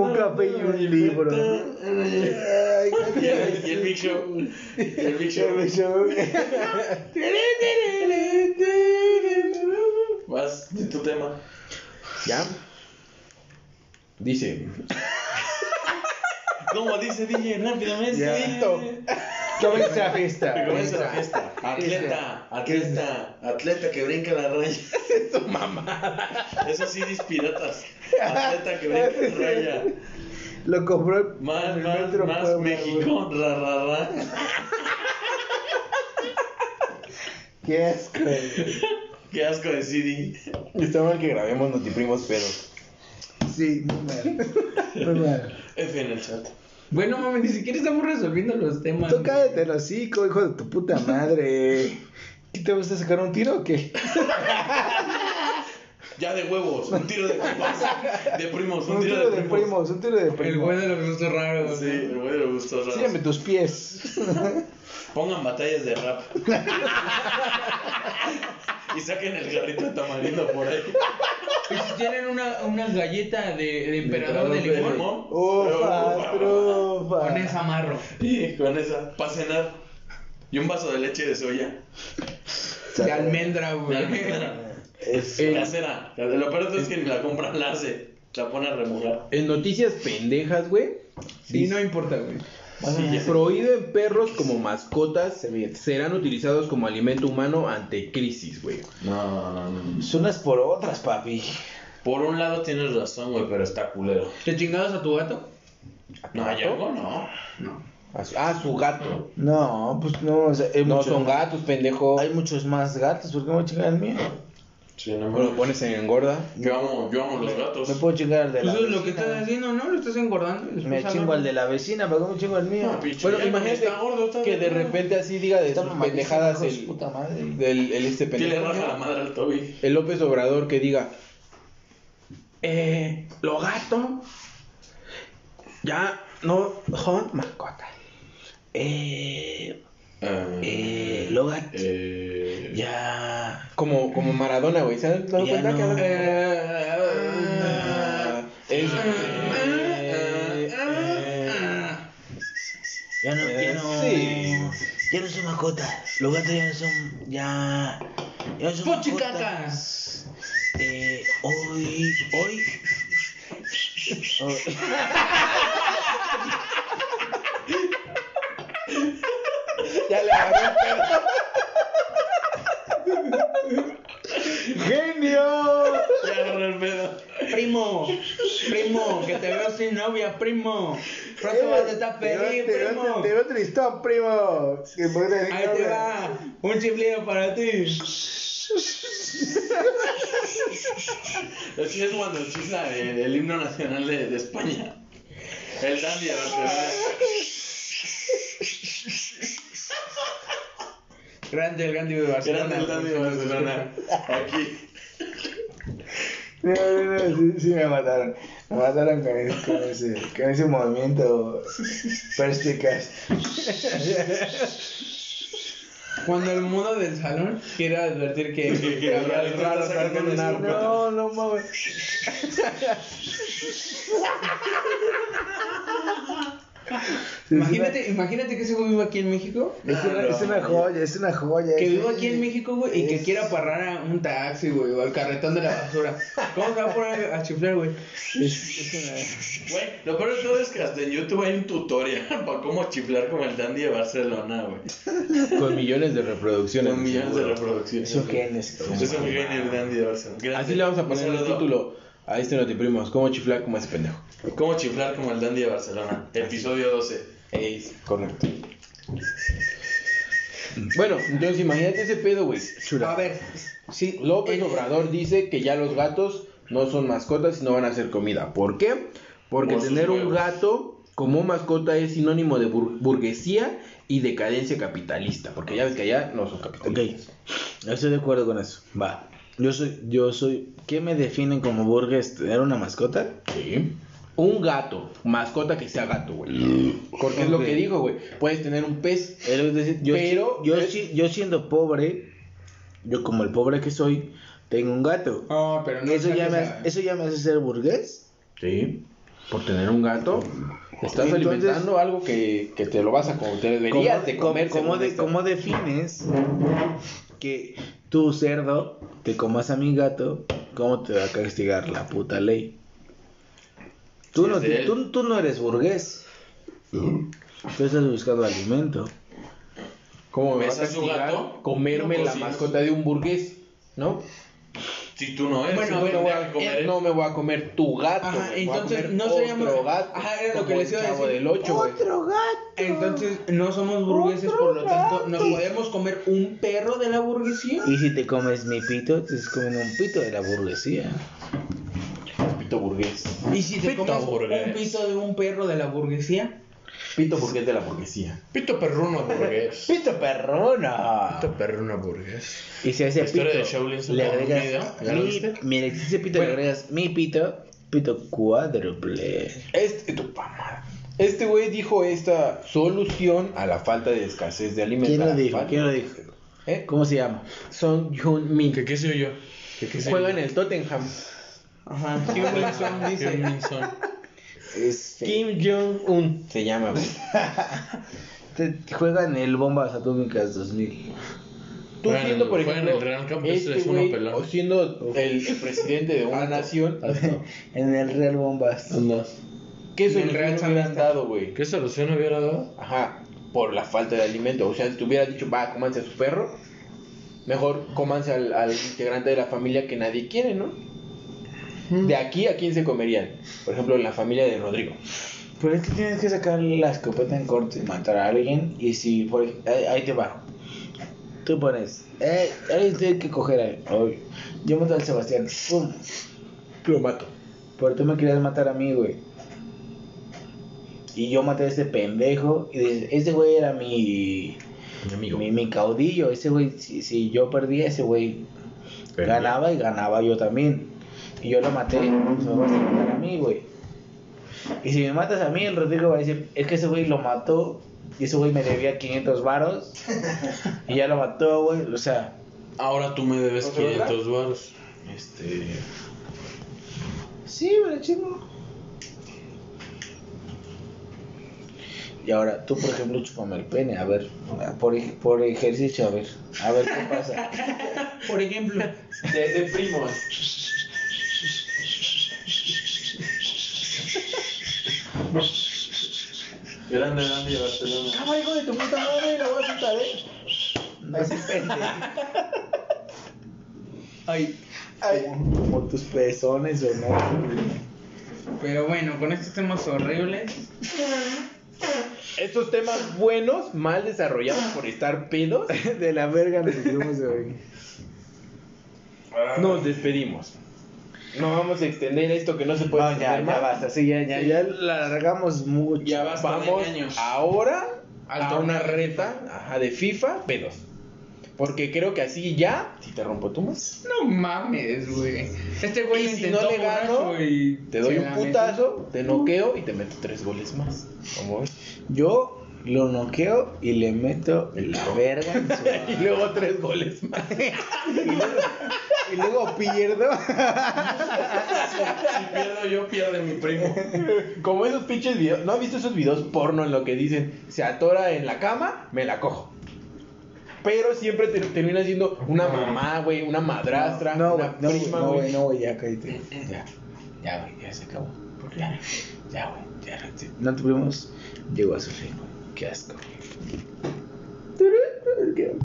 Speaker 2: un café y un libro. Ay,
Speaker 1: Y el, <laughs> y el Big Show. Y el Big
Speaker 2: qué
Speaker 1: Show.
Speaker 2: bello.
Speaker 1: Vas de tu tema.
Speaker 3: ¿Ya? Dice.
Speaker 1: ¿Cómo dice DJ? Rápidamente.
Speaker 2: Ya.
Speaker 1: Listo.
Speaker 2: Comienza la
Speaker 1: <laughs>
Speaker 2: fiesta.
Speaker 1: Que comienza la fiesta. Atleta, atleta, atleta que brinca la raya. <laughs> Es tu mamá. Eso sí, dis piratas. Atleta que brinca la raya.
Speaker 2: Lo compró en
Speaker 1: Más,
Speaker 2: el
Speaker 1: más,
Speaker 2: Metro
Speaker 1: más
Speaker 2: Puebla, güey.
Speaker 1: México. Ra, ra, ra.
Speaker 2: Qué asco.
Speaker 1: Qué asco de CD.
Speaker 3: Está mal Este que grabemos notiprimos, pero.
Speaker 2: Sí, muy mal. Muy mal.
Speaker 1: F en el chat.
Speaker 4: Bueno, mami, ni siquiera estamos resolviendo los temas.
Speaker 2: Tú cállate el hocico, hijo de tu puta madre. ¿Qué te gusta sacar un tiro o qué?
Speaker 1: Ya de huevos, un tiro de primos. De primos,
Speaker 2: Un tiro de
Speaker 1: primos.
Speaker 2: primos, un tiro de
Speaker 4: El güey
Speaker 2: primos.
Speaker 4: de los gustos raros.
Speaker 1: Sí, el güey le gustó. raros.
Speaker 2: Sígueme tus pies.
Speaker 1: Pongan batallas de <laughs> rap. y saquen el garrito de tamarindo por ahí.
Speaker 4: Y si tienen una, una galleta de, de emperador
Speaker 1: Emperador
Speaker 4: de
Speaker 1: de
Speaker 4: limón,
Speaker 1: limón.
Speaker 2: Ufa,
Speaker 4: con
Speaker 2: trufa.
Speaker 4: esa amarro.
Speaker 1: Y <laughs> con esa, para cenar. Y un vaso de leche de <laughs> soya.
Speaker 4: De almendra, güey.
Speaker 1: Una almendra. <laughs>
Speaker 2: Es-
Speaker 1: Casera. Lo peor es que ni la compran, la hace. La pone a remojar.
Speaker 3: En noticias pendejas, güey.
Speaker 4: Sí, no importa, güey.
Speaker 1: Sí, ya.
Speaker 3: Prohibido en perros como mascotas, serán utilizados como alimento humano ante crisis, güey.
Speaker 1: No, no, no.
Speaker 2: Son Pues unas por otras, papi.
Speaker 1: Por un lado tienes razón, güey, pero está culero.
Speaker 4: ¿Te chingados a tu gato?
Speaker 1: No, ya no, no.
Speaker 4: No.
Speaker 3: A su- Ah, su gato.
Speaker 2: No, pues no, o sea, hay
Speaker 3: No
Speaker 2: muchos-
Speaker 3: son gatos, pendejo.
Speaker 2: Hay muchos más gatos, ¿por qué me chingan el mío?
Speaker 1: Sí, no
Speaker 3: O lo
Speaker 1: mames.
Speaker 3: pones en engorda.
Speaker 1: Yo amo, yo amo los gatos.
Speaker 2: Me puedo chingar al de
Speaker 4: Pues
Speaker 2: la
Speaker 4: eso es lo que
Speaker 2: vecina.
Speaker 4: estás haciendo, ¿no? Lo estás engordando.
Speaker 2: Me chingo al de la vecina, pero ¿cómo chingo al mío?
Speaker 1: No, pinche
Speaker 3: Bueno,
Speaker 1: viejo,
Speaker 3: imagínate
Speaker 1: está gordo, está
Speaker 3: que de
Speaker 1: gordo.
Speaker 3: repente así diga de
Speaker 2: Está
Speaker 3: sus
Speaker 2: mamadísimo,
Speaker 3: pendejadas
Speaker 2: hijo de su
Speaker 3: el,
Speaker 2: puta madre.
Speaker 3: del- el este
Speaker 1: Que le
Speaker 3: pendejo.
Speaker 1: raja la madre al Toby.
Speaker 3: El López Obrador que diga, eh, lo gato, ya no son mascota. Eh,
Speaker 2: Eh, lo gato.
Speaker 1: Eh, <laughs>
Speaker 2: Ya.
Speaker 3: como, como Maradona, güey. ¿Se han dado
Speaker 2: Ya
Speaker 3: cuenta que
Speaker 2: no.
Speaker 3: habla- Eh, es- eh, eh,
Speaker 2: Ya no, ya no.
Speaker 3: Sí.
Speaker 2: Ya no son mascotas. Los gatos ya no son. Ya. Ya no son mascotas.
Speaker 4: ¡Puchicacas!
Speaker 2: Eh, hoy. Hoy. hoy-
Speaker 3: Ya le agarró el pedo.
Speaker 2: <laughs> ¡Genio!
Speaker 1: ya agarró el pedo.
Speaker 4: Primo, primo, que te veo sin novia, primo. Pronto vas a estar feliz, primo.
Speaker 2: Eh, Te veo tristón, primo. Que podré decir
Speaker 4: Ahí te
Speaker 2: nombre.
Speaker 4: va, un chiflido para ti.
Speaker 2: <laughs>
Speaker 1: Así es cuando chifla el, el himno nacional de, de España. El Dandy a <laughs> Barcelona.
Speaker 4: Grande el Gandhi de Barcelona.
Speaker 1: Grande el Dandy de Barcelona. Aquí.
Speaker 2: No, no, no, sí, sí me mataron. Me mataron con ese, con ese, con ese movimiento perspicaz.
Speaker 4: Cuando el mudo del salón quiere advertir que, que, habrá el raro salga un arma.
Speaker 2: No, no mames.
Speaker 4: Imagínate, imagínate que ese güey viva aquí en México.
Speaker 2: Es una, es una joya, es una joya.
Speaker 4: Que
Speaker 2: es-
Speaker 4: viva aquí en México, güey, y que quiera parar a un taxi, güey, o al carretón de la basura. ¿Cómo se va a poner a chiflar, güey?
Speaker 2: es- es una-
Speaker 1: Güey, lo peor de todo es que hasta en YouTube hay un tutorial <laughs> para cómo chiflar como el Dandy de Barcelona, güey.
Speaker 3: Con millones de reproducciones.
Speaker 1: Con millones de
Speaker 3: seguro.
Speaker 1: reproducciones.
Speaker 2: Es un genio. ese cabrón.
Speaker 1: Es un genio el Dandy de Barcelona. Grande.
Speaker 3: Así le vamos a poner
Speaker 1: Un
Speaker 3: el
Speaker 1: saludo.
Speaker 3: título a este notiprimos. ¿Cómo chiflar como ese pendejo?
Speaker 1: Cómo chiflar como el Dandy de Barcelona. Episodio 12.
Speaker 3: Es correcto. Bueno, entonces imagínate ese pedo, güey.
Speaker 4: A ver, sí,
Speaker 3: López
Speaker 4: el-
Speaker 3: Obrador dice que ya los gatos no son mascotas y no van a ser comida. ¿Por qué? Porque
Speaker 1: Por sus
Speaker 3: tener un
Speaker 1: huevos.
Speaker 3: gato como mascota es sinónimo de bur- burguesía y decadencia capitalista. Porque ya ves que allá no son
Speaker 2: Ok,
Speaker 3: capitalistas.
Speaker 2: estoy de acuerdo con eso. Va. Yo soy, yo soy. ¿Qué me definen como burgués? ¿Tener una mascota?
Speaker 3: Sí. Un gato, mascota que sea gato, güey. Porque es lo
Speaker 2: Ok.
Speaker 3: que digo, güey. Puedes tener un pez.
Speaker 2: Es lo que te decía, yo,
Speaker 3: Pero-
Speaker 2: yo,
Speaker 3: eh.
Speaker 2: si- yo siendo pobre, yo como el pobre que soy, tengo un gato.
Speaker 4: No, pero no
Speaker 2: eso, ya
Speaker 4: sales
Speaker 2: me,
Speaker 4: a-
Speaker 2: hace- ¿Eso ya me hace ser burgués?
Speaker 3: Sí. Por tener un gato, estás
Speaker 2: Entonces-
Speaker 3: alimentando algo que, que te lo vas a comer. Te deberías de
Speaker 2: ¿Cómo-
Speaker 3: comer.
Speaker 2: cómo- cómo
Speaker 3: según
Speaker 2: de-
Speaker 3: esto.
Speaker 2: cómo defines que tu cerdo te comas a mi gato? ¿Cómo te va a castigar la puta ley? Tú,
Speaker 1: Sí,
Speaker 2: no,
Speaker 1: es de él.
Speaker 2: tú, tú no eres burgués. Tú estás buscando alimento.
Speaker 3: ¿Cómo me va a
Speaker 1: ¿Besas un
Speaker 3: castigar
Speaker 1: gato?
Speaker 3: comerme
Speaker 1: No
Speaker 3: la
Speaker 1: cocinas.
Speaker 3: mascota de un burgués? ¿No?
Speaker 1: Si tú no eres,
Speaker 4: Bueno,
Speaker 1: si
Speaker 4: a ver,
Speaker 1: no te
Speaker 4: voy
Speaker 1: vas a comer.
Speaker 3: eh, No me voy a comer tu gato.
Speaker 4: Ajá,
Speaker 3: güey, me voy a
Speaker 4: entonces,
Speaker 3: comer
Speaker 4: no seríamos-
Speaker 3: otro gato.
Speaker 4: Ajá, era lo
Speaker 3: como
Speaker 4: que les
Speaker 3: el
Speaker 4: iba a
Speaker 3: Chavo
Speaker 4: decir.
Speaker 3: del Ocho, güey.
Speaker 4: Entonces,
Speaker 3: Ah.
Speaker 4: no somos burgueses, por lo tanto, ¿nos podemos comer un perro de la burguesía?
Speaker 2: Y si te comes mi pito, te estás comiendo un pito de la burguesía.
Speaker 3: Pito burgués.
Speaker 4: ¿Y si te
Speaker 1: Pito
Speaker 4: comes un
Speaker 1: burgués.
Speaker 4: pito de un perro de la burguesía?
Speaker 3: Pito burgués de la burguesía.
Speaker 1: Pito perruno burgués.
Speaker 2: ¡Pito perrona!
Speaker 1: perruno burgués.
Speaker 2: Y si a ese
Speaker 1: La historia
Speaker 2: pito
Speaker 1: de Shaolin
Speaker 2: le
Speaker 1: Soccer
Speaker 2: agregas
Speaker 1: Unida, ¿ya lo
Speaker 2: mi,
Speaker 1: viste?
Speaker 2: mira, si ese pito le agregas mi pito, pito cuádruple.
Speaker 3: Este, tu mamá. Este güey dijo esta solución a la falta de escasez de alimentos.
Speaker 2: ¿Quién
Speaker 3: a
Speaker 2: lo
Speaker 3: la
Speaker 2: dijo?
Speaker 3: falta-
Speaker 2: ¿Quién lo dijo?
Speaker 3: ¿Eh?
Speaker 2: ¿Cómo se llama?
Speaker 3: Son Jun Min.
Speaker 1: ¿Qué, qué soy yo? ¿Qué, qué soy
Speaker 3: Juega
Speaker 1: yo?
Speaker 3: en el Tottenham.
Speaker 1: <laughs>
Speaker 4: Ajá, Kim Wilson
Speaker 1: Kim
Speaker 4: dice.
Speaker 1: Min-sung.
Speaker 3: Kim Jong-un se llama, güey.
Speaker 2: Te- Juegan el Bombas Atómicas 2000.
Speaker 3: Tú
Speaker 1: Juega en
Speaker 3: siendo,
Speaker 1: el-
Speaker 3: por
Speaker 1: juega en
Speaker 3: ejemplo, este
Speaker 1: el Real Campo, ese es uno
Speaker 3: güey,
Speaker 1: pelón.
Speaker 3: o siendo el, el presidente de una nación,
Speaker 2: En el Real Bombas.
Speaker 3: ¿qué
Speaker 4: En el
Speaker 3: solución
Speaker 4: Real
Speaker 3: le
Speaker 4: San
Speaker 3: hubieran
Speaker 4: Blas.
Speaker 3: dado, güey?
Speaker 1: ¿Qué solución hubiera dado?
Speaker 3: Ajá, por la falta de alimento. O sea, si te hubiera dicho, va, cómanse a su perro, mejor cómanse al, al integrante de la familia que nadie quiere, ¿no?
Speaker 1: Mm.
Speaker 3: De aquí a quién se comerían. Por ejemplo, en la familia de Rodrigo.
Speaker 2: Pero es que tienes que sacar la escopeta en corto y matar a alguien. Y si, por ej- ahí, ahí te va. Tú pones, eh, ahí tiene que coger ahí. Ay, Yo mato al Sebastián. Pum. Lo mato. Pero tú me querías matar a mí, güey. Y yo maté a ese pendejo. Y dices, ese güey era mi.
Speaker 1: Mi amigo.
Speaker 2: Mi, mi caudillo, ese güey, si, si yo perdía, ese güey
Speaker 1: Perdía.
Speaker 2: ganaba y ganaba yo también. Y yo lo maté, pues me vas a matar a mí, güey. Y si me matas a mí, el Rodrigo va a decir, es que ese güey lo mató y ese güey me debía 500 <laughs> varos y ya lo mató, güey. O sea,
Speaker 1: Ahora tú me debes
Speaker 3: ¿Otra otra?
Speaker 1: 500 baros. Este.
Speaker 2: sí, me lo chingo. Y ahora, tú, por ejemplo, chupame el pene, a ver, por, ej- por ejercicio, a ver, a ver qué pasa.
Speaker 4: Por ejemplo,
Speaker 3: De, de primos. Grande, grande, Barcelona.
Speaker 2: Cámara, hijo de tu puta madre, la voy a soltar, eh. No es
Speaker 4: ay,
Speaker 2: Ay, como tus pezones, o no. <laughs>
Speaker 4: pero bueno, con estos temas horribles,
Speaker 3: <laughs> Estos temas buenos, mal desarrollados por estar pedos,
Speaker 2: De la verga nos hicimos hoy.
Speaker 3: nos despedimos. No vamos a extender esto que no se puede
Speaker 2: No, ya,
Speaker 3: extender
Speaker 2: ya
Speaker 3: más.
Speaker 2: basta, Pues, sí, ya, ya, ya la alargamos mucho.
Speaker 4: Ya basta. Hasta
Speaker 3: Vamos
Speaker 4: 20 años.
Speaker 3: ahora
Speaker 4: Al
Speaker 3: a
Speaker 4: torneo
Speaker 3: una
Speaker 4: de
Speaker 3: reta ajá, de FIFA pedos. Porque creo que así ya, si te rompo tú más,
Speaker 4: no mames, güey. Este güey
Speaker 3: Y si no
Speaker 4: intentó
Speaker 3: le gano,
Speaker 4: borracho y
Speaker 3: te doy
Speaker 4: se
Speaker 3: un
Speaker 4: la
Speaker 3: putazo, te noqueo y te meto tres goles más. ¿Cómo ves?
Speaker 2: Yo lo noqueo y le meto la verga en su
Speaker 3: Y luego tres goles más.
Speaker 2: Y luego pierdo.
Speaker 1: Si pierdo yo, pierde mi primo.
Speaker 3: Como esos pinches videos, ¿no has visto esos videos porno en lo que dicen se atora en la cama, me la cojo? Pero siempre te termina siendo una mamá, güey, una madrastra,
Speaker 2: No, güey,
Speaker 3: una
Speaker 2: no, güey,
Speaker 3: prima,
Speaker 2: no,
Speaker 3: güey.
Speaker 2: güey, no, güey, ya cállate.
Speaker 3: Ya, ya, güey, ya se acabó. Ya, ya, güey, ya. sí.
Speaker 2: No tuvimos. Llegó a su fin, güey. Qué asco.